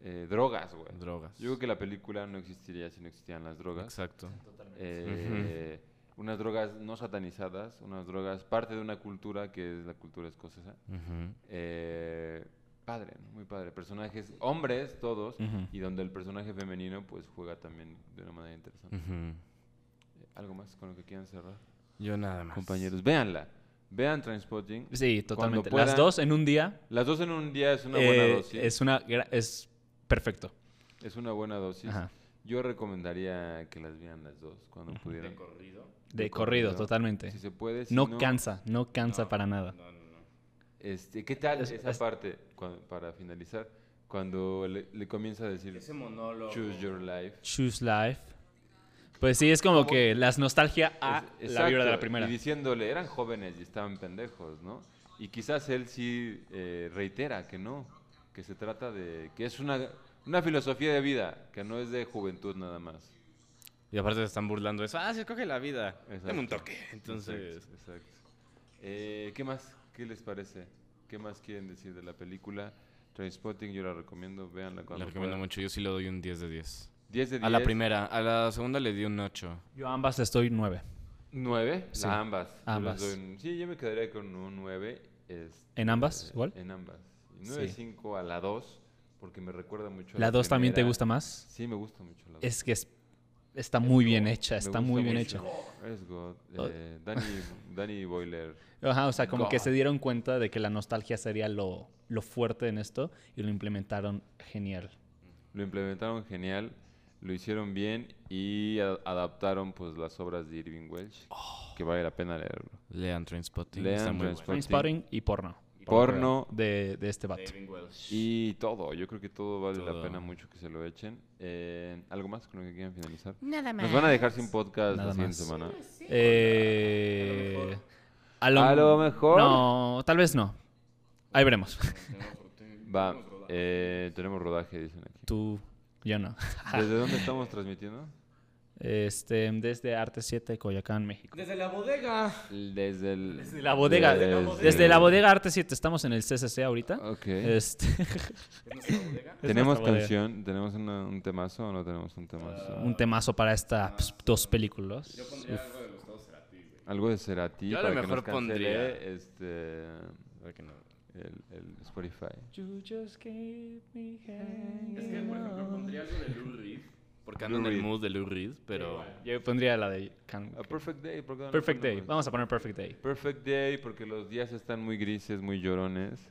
Speaker 2: eh, drogas, güey.
Speaker 1: drogas.
Speaker 2: Yo creo que la película no existiría si no existían las drogas.
Speaker 1: Exacto.
Speaker 2: Eh, Unas drogas no satanizadas, unas drogas parte de una cultura que es la cultura escocesa.
Speaker 1: Ujú.
Speaker 2: eh, padre, ¿no? muy padre. Personajes, hombres todos,
Speaker 3: Ujú.
Speaker 2: y donde el personaje femenino pues juega también de una manera interesante.
Speaker 1: Ujú.
Speaker 2: Eh, ¿Algo más con lo que quieran cerrar?
Speaker 1: Yo nada más.
Speaker 2: Compañeros, véanla. Vean Transpotting.
Speaker 3: Sí,
Speaker 2: Cuando
Speaker 3: totalmente.
Speaker 2: puedan,
Speaker 3: Las dos en un día
Speaker 2: Las dos en un día es una
Speaker 3: eh,
Speaker 2: buena dosis.
Speaker 3: es
Speaker 2: Es,
Speaker 3: una gra- es perfecto.
Speaker 2: una buena dosis.
Speaker 3: Ajá.
Speaker 2: Yo recomendaría que las vieran las dos cuando pudieran.
Speaker 3: De,
Speaker 2: De corrido.
Speaker 3: corrido, totalmente.
Speaker 2: Si se puede. si
Speaker 3: no, cansa, no cansa para nada.
Speaker 2: Este, ¿Qué tal
Speaker 3: Es-
Speaker 2: esa
Speaker 3: es-
Speaker 2: parte, cuan- para finalizar, cuando le, le comienza a decir
Speaker 1: monólogo.
Speaker 2: Choose Your Life?
Speaker 3: Choose Life. Pues sí, es como que las nostalgia
Speaker 1: Ah,
Speaker 3: a
Speaker 2: Es-
Speaker 3: la vibra
Speaker 2: exacto,
Speaker 3: de la primera.
Speaker 2: Y diciéndole, eran jóvenes y estaban pendejos, ¿no? Y quizás él sí eh, reitera que no, que se trata de, que es una, una filosofía de vida, que no es de juventud nada más.
Speaker 1: Y aparte se están burlando de eso. Ah, se coge la vida.
Speaker 2: Exacto.
Speaker 1: Dame un toque. Entonces.
Speaker 2: Exacto, exacto. Eh, ¿Qué más? ¿Qué les parece? ¿Qué más quieren decir de la película? Trainspotting yo la recomiendo, véanla cuando
Speaker 1: La recomiendo
Speaker 2: puedan.
Speaker 1: mucho. Yo sí le doy un 10 de 10.
Speaker 2: 10 de 10.
Speaker 1: A la primera. A la segunda le di un 8.
Speaker 3: Yo a ambas les doy 9.
Speaker 2: 9.
Speaker 3: Sí.
Speaker 2: ambas. Yo
Speaker 3: Ambas.
Speaker 2: les doy un- sí, yo me quedaría con un 9.
Speaker 3: ¿En ambas, igual?
Speaker 2: En ambas.
Speaker 3: Sí.
Speaker 2: 9.5 a la 2, porque me recuerda mucho a
Speaker 3: ¿La 2 también te
Speaker 2: primera.
Speaker 3: gusta más?
Speaker 2: Sí, me gusta mucho la 2.
Speaker 3: Es que es- está muy bien hecha, está muy bien hecha.
Speaker 2: Es God.
Speaker 3: Oh.
Speaker 2: Eh, Danny, Danny Boiler.
Speaker 3: Ajá, o sea, como que
Speaker 2: God.
Speaker 3: se dieron cuenta de que la nostalgia sería lo, lo fuerte en esto y lo implementaron genial.
Speaker 2: Lo implementaron genial, lo hicieron bien y a- adaptaron pues las obras de Irving Welsh,
Speaker 3: Oh.
Speaker 2: que vale la pena leerlo.
Speaker 1: Lean Trainspotting.
Speaker 2: Lean
Speaker 1: está muy
Speaker 2: Trainspotting.
Speaker 1: bueno.
Speaker 3: Trainspotting y porno.
Speaker 2: Porno
Speaker 3: De, de este vato.
Speaker 2: y todo. Yo creo que todo vale la
Speaker 1: Todo.
Speaker 2: pena mucho que se lo echen. Eh, ¿Algo más con lo que quieran finalizar? Nada más. Nos van a dejar sin podcast
Speaker 3: Nada
Speaker 2: la siguiente
Speaker 3: más.
Speaker 2: semana.
Speaker 3: Eh, a
Speaker 2: A lo mejor.
Speaker 3: No, tal vez no. Ahí veremos.
Speaker 2: Va, eh, tenemos rodaje, dicen aquí.
Speaker 3: Tú, yo no.
Speaker 2: ¿Desde dónde estamos transmitiendo?
Speaker 3: Este, desde Arte 7, Coyoacán, México.
Speaker 1: Desde la bodega.
Speaker 2: Desde, el-
Speaker 3: Desde la bodega.
Speaker 2: desde-
Speaker 3: Desde la bodega Arte 7. Estamos en el CCC ahorita.
Speaker 2: Ok.
Speaker 3: Este, es
Speaker 2: ¿Tenemos
Speaker 3: nuestra bodega.
Speaker 2: canción? ¿Tenemos una- un temazo o no tenemos un temazo?
Speaker 3: un temazo para estas dos películas.
Speaker 2: Algo de Cerati
Speaker 1: Yo a lo
Speaker 2: para
Speaker 1: mejor
Speaker 2: que nos cancele
Speaker 1: pondría-
Speaker 2: este el, el Spotify.
Speaker 1: Es que, por ejemplo, pondría algo de Lou Reed. Porque ando en
Speaker 2: Lou
Speaker 1: el
Speaker 2: Reed.
Speaker 1: mood de Lou Reed, pero.
Speaker 3: Yo pondría la de Can-
Speaker 2: A Perfect Day, ¿por qué no la
Speaker 3: Perfect Day.
Speaker 2: ponemos?
Speaker 3: Vamos a poner Perfect Day.
Speaker 2: Perfect Day porque los días están muy grises, muy llorones.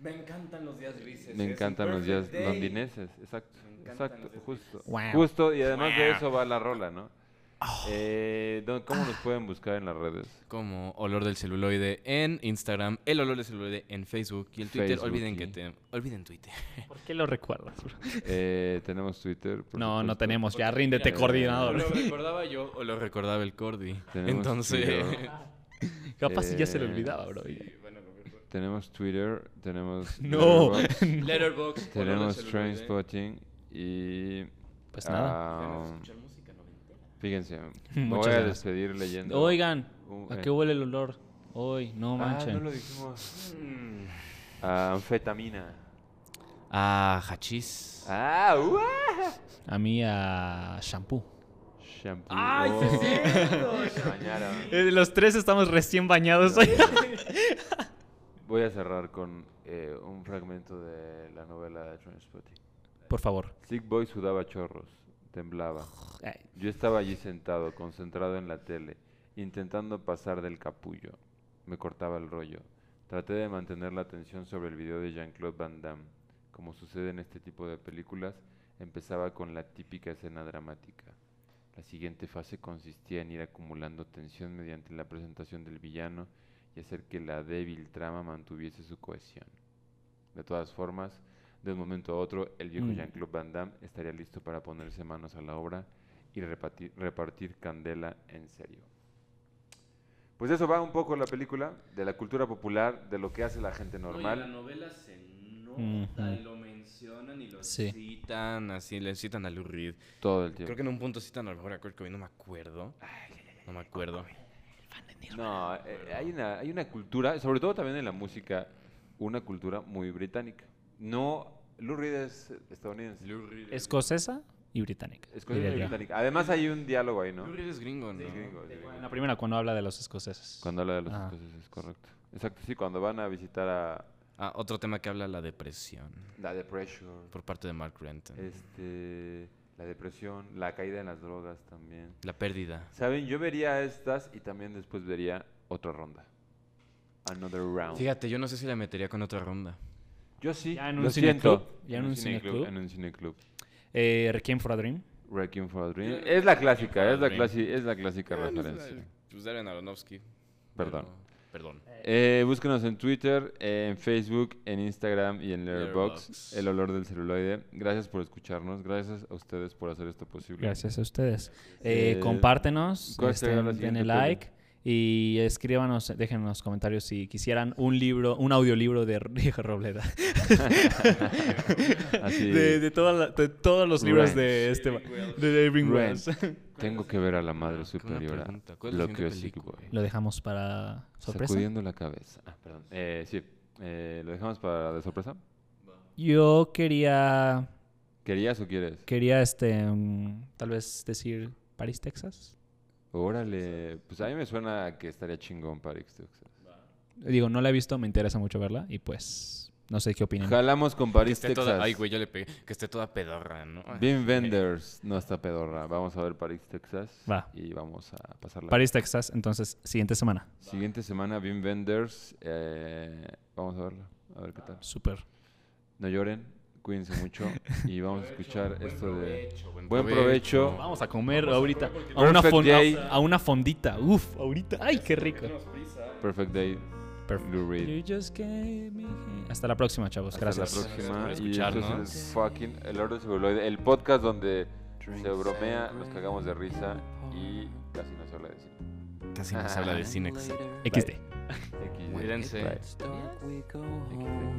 Speaker 1: Me encantan los días grises.
Speaker 2: Me encantan los días londineses, exacto,
Speaker 1: encantan
Speaker 2: exacto,
Speaker 1: los días
Speaker 2: justo.
Speaker 3: Wow.
Speaker 2: Justo y además de eso va la rola, ¿no?
Speaker 3: Ah.
Speaker 2: Eh, don- ¿Cómo nos pueden buscar en las redes?
Speaker 1: Como olor del celuloide en Instagram, el olor del celuloide en Facebook y el Twitter.
Speaker 2: Facebook
Speaker 1: olviden
Speaker 2: y-
Speaker 1: que te. Olviden Twitter.
Speaker 3: ¿Por qué lo recuerdas? bro?
Speaker 2: Eh, tenemos Twitter. por
Speaker 3: No, no
Speaker 2: supuesto.
Speaker 3: tenemos. Ya ríndete,
Speaker 1: Mira,
Speaker 3: coordinador.
Speaker 1: Lo recordaba yo o lo recordaba el Cordy.
Speaker 2: Tenemos
Speaker 1: Entonces.
Speaker 2: Twitter.
Speaker 3: Capaz si ya se le
Speaker 2: Eh,
Speaker 3: olvidaba, bro.
Speaker 2: Tenemos Twitter, tenemos
Speaker 3: No. ¿eh?
Speaker 2: Letterboxd.
Speaker 1: Letterboxd.
Speaker 2: Tenemos Trainspotting y...
Speaker 3: Pues nada.
Speaker 2: ah, fíjense, me
Speaker 3: Muchas
Speaker 2: voy a
Speaker 3: gracias.
Speaker 2: despedir leyendo...
Speaker 3: Oigan,
Speaker 2: un-
Speaker 3: ¿a
Speaker 2: eh,
Speaker 3: qué huele el olor? Hoy, no
Speaker 2: Ah, no
Speaker 3: manchen.
Speaker 2: lo dijimos. Ah, anfetamina.
Speaker 1: Ah, hachís.
Speaker 2: Ah, uah.
Speaker 3: A mí a shampoo.
Speaker 2: Shampoo. ¡Ay, Se bañaron.
Speaker 3: Eh, Los tres estamos recién bañados hoy.
Speaker 2: Voy a cerrar con eh, un fragmento de la novela de Trainspotting.
Speaker 3: Por favor.
Speaker 2: Sick Boy sudaba chorros, temblaba. Yo estaba allí sentado, concentrado en la tele, intentando pasar del capullo. Me cortaba el rollo. Traté de mantener la atención sobre el video de Jean-Claude Van Damme. Como sucede en este tipo de películas, empezaba con la típica escena dramática. La siguiente fase consistía en ir acumulando tensión mediante la presentación del villano y hacer que la débil trama mantuviese su cohesión. De todas formas, de un momento a otro, el viejo
Speaker 3: Mm.
Speaker 2: Jean-Claude Van Damme estaría listo para ponerse manos a la obra y repartir, repartir candela en serio. Pues de eso va un poco la película, de la cultura popular, de lo que hace la gente
Speaker 1: Oye, la
Speaker 2: normal.
Speaker 1: novela se nota
Speaker 3: Ujú.
Speaker 1: y lo mencionan y lo
Speaker 3: Sí.
Speaker 1: citan, así le citan a Lou Reed.
Speaker 2: Todo el
Speaker 1: Creo
Speaker 2: tiempo.
Speaker 1: que en un punto citan a lo mejor a Kurt Cobain, no me acuerdo. No me acuerdo.
Speaker 2: No, eh, hay, una, hay una cultura, sobre todo también en la música, una cultura muy británica. No, Lou Reed es estadounidense.
Speaker 1: Lou Reed es,
Speaker 3: Escocesa y británica.
Speaker 2: Escocés
Speaker 3: diría
Speaker 2: y
Speaker 3: yo.
Speaker 2: británica. Además hay un diálogo ahí, ¿no?
Speaker 1: Lou Reed es gringo, ¿no?
Speaker 2: Es gringo, es gringo.
Speaker 3: En la primera, cuando habla de los escoceses.
Speaker 2: Cuando habla de los
Speaker 3: Ah.
Speaker 2: escoceses, correcto. Exacto, sí, cuando van a visitar a
Speaker 1: Ah, otro tema que habla la depresión
Speaker 2: la depresión,
Speaker 1: por parte de Mark Renton.
Speaker 2: este, la depresión, la caída en las drogas también.
Speaker 1: La pérdida.
Speaker 2: Saben, yo vería estas y también después vería otra ronda. Another round.
Speaker 1: Fíjate, yo no sé si la metería con otra ronda.
Speaker 2: Yo sí,
Speaker 3: Ya en un
Speaker 2: lo
Speaker 3: cineclub,
Speaker 2: siento.
Speaker 3: ya en un cineclub.
Speaker 2: En un cineclub.
Speaker 3: Eh, Requiem for a Dream.
Speaker 2: Wrecking for a Dream. Es la clásica,
Speaker 1: a
Speaker 2: es la,
Speaker 1: Dream.
Speaker 2: clasi- es la
Speaker 1: Eh,
Speaker 2: clásica referencia.
Speaker 1: Pues Darren Aronofsky.
Speaker 2: Perdón.
Speaker 1: Perdón.
Speaker 2: Eh, búsquenos en Twitter, eh, en Facebook, en Instagram y en Letterboxd.
Speaker 1: Letterboxd.
Speaker 2: El olor del celuloide. Gracias por escucharnos. Gracias a ustedes por hacer esto posible.
Speaker 3: Gracias a ustedes. Eh,
Speaker 2: Eh,
Speaker 3: compártenos,
Speaker 2: ¿cuál
Speaker 3: este,
Speaker 2: será la siguiente
Speaker 3: denle like y escríbanos, dejen en los comentarios si quisieran un libro, un audiolibro de Diego Robleda.
Speaker 2: Así
Speaker 3: De, de toda la- de todos los libros de
Speaker 2: Rent.
Speaker 3: este de Irving
Speaker 2: Rent.
Speaker 3: Wells.
Speaker 2: Tengo que ver a la madre
Speaker 1: Con una
Speaker 2: superior.
Speaker 1: Ah, pregunta, ¿cuál es la
Speaker 2: Lo que
Speaker 1: siguiente
Speaker 2: es Sick
Speaker 1: película?
Speaker 2: Boy.
Speaker 3: Lo dejamos para sorpresa.
Speaker 2: Sacudiendo la cabeza. Ah, perdón. Eh, sí. Eh, lo dejamos para de sorpresa.
Speaker 3: Yo quería.
Speaker 2: ¿Querías o quieres?
Speaker 3: Quería, este. mm, tal vez decir París, Texas.
Speaker 2: Órale. Pues a mí me suena a que estaría chingón París, Texas.
Speaker 3: Digo, no la he visto, me interesa mucho verla. Y pues. No sé qué opinan.
Speaker 2: Jalamos con
Speaker 1: Que
Speaker 2: París,
Speaker 1: esté toda,
Speaker 2: Texas.
Speaker 1: ay, güey, yo le pegué. Que esté toda pedorra, ¿no?
Speaker 2: Bien Vendors, no está pedorra. Vamos a ver París, Texas.
Speaker 3: Va.
Speaker 2: Y vamos a pasarla.
Speaker 3: París, Texas. Entonces, siguiente semana.
Speaker 2: Siguiente semana, Bien Vendors. eh, vamos a verla. A ver qué tal.
Speaker 3: Súper.
Speaker 2: No lloren, cuídense mucho. Y vamos a escuchar esto de.
Speaker 1: buen
Speaker 2: Buen
Speaker 1: provecho.
Speaker 2: provecho.
Speaker 3: Vamos a comer ahorita. A
Speaker 2: no-
Speaker 3: una,
Speaker 2: Perfect
Speaker 3: fon-
Speaker 2: Day.
Speaker 3: a, a una fondita. Uf, ahorita. Ay, qué rico.
Speaker 2: Perfect Day.
Speaker 3: Perfect.
Speaker 2: Lou Reed.
Speaker 3: You just gave me- Hasta la próxima, chavos.
Speaker 2: Hasta
Speaker 3: Gracias.
Speaker 2: la próxima.
Speaker 1: Gracias por
Speaker 2: Y esto
Speaker 1: escucharnos.
Speaker 2: es el fucking El Oro Cebuloide, el podcast donde se bromea, nos cagamos de risa y casi no se habla de cine.
Speaker 1: Casi nos habla de cine. exacto.
Speaker 3: XD.
Speaker 2: XD.
Speaker 1: Cuídense.
Speaker 2: Bye.
Speaker 5: dark, we go home.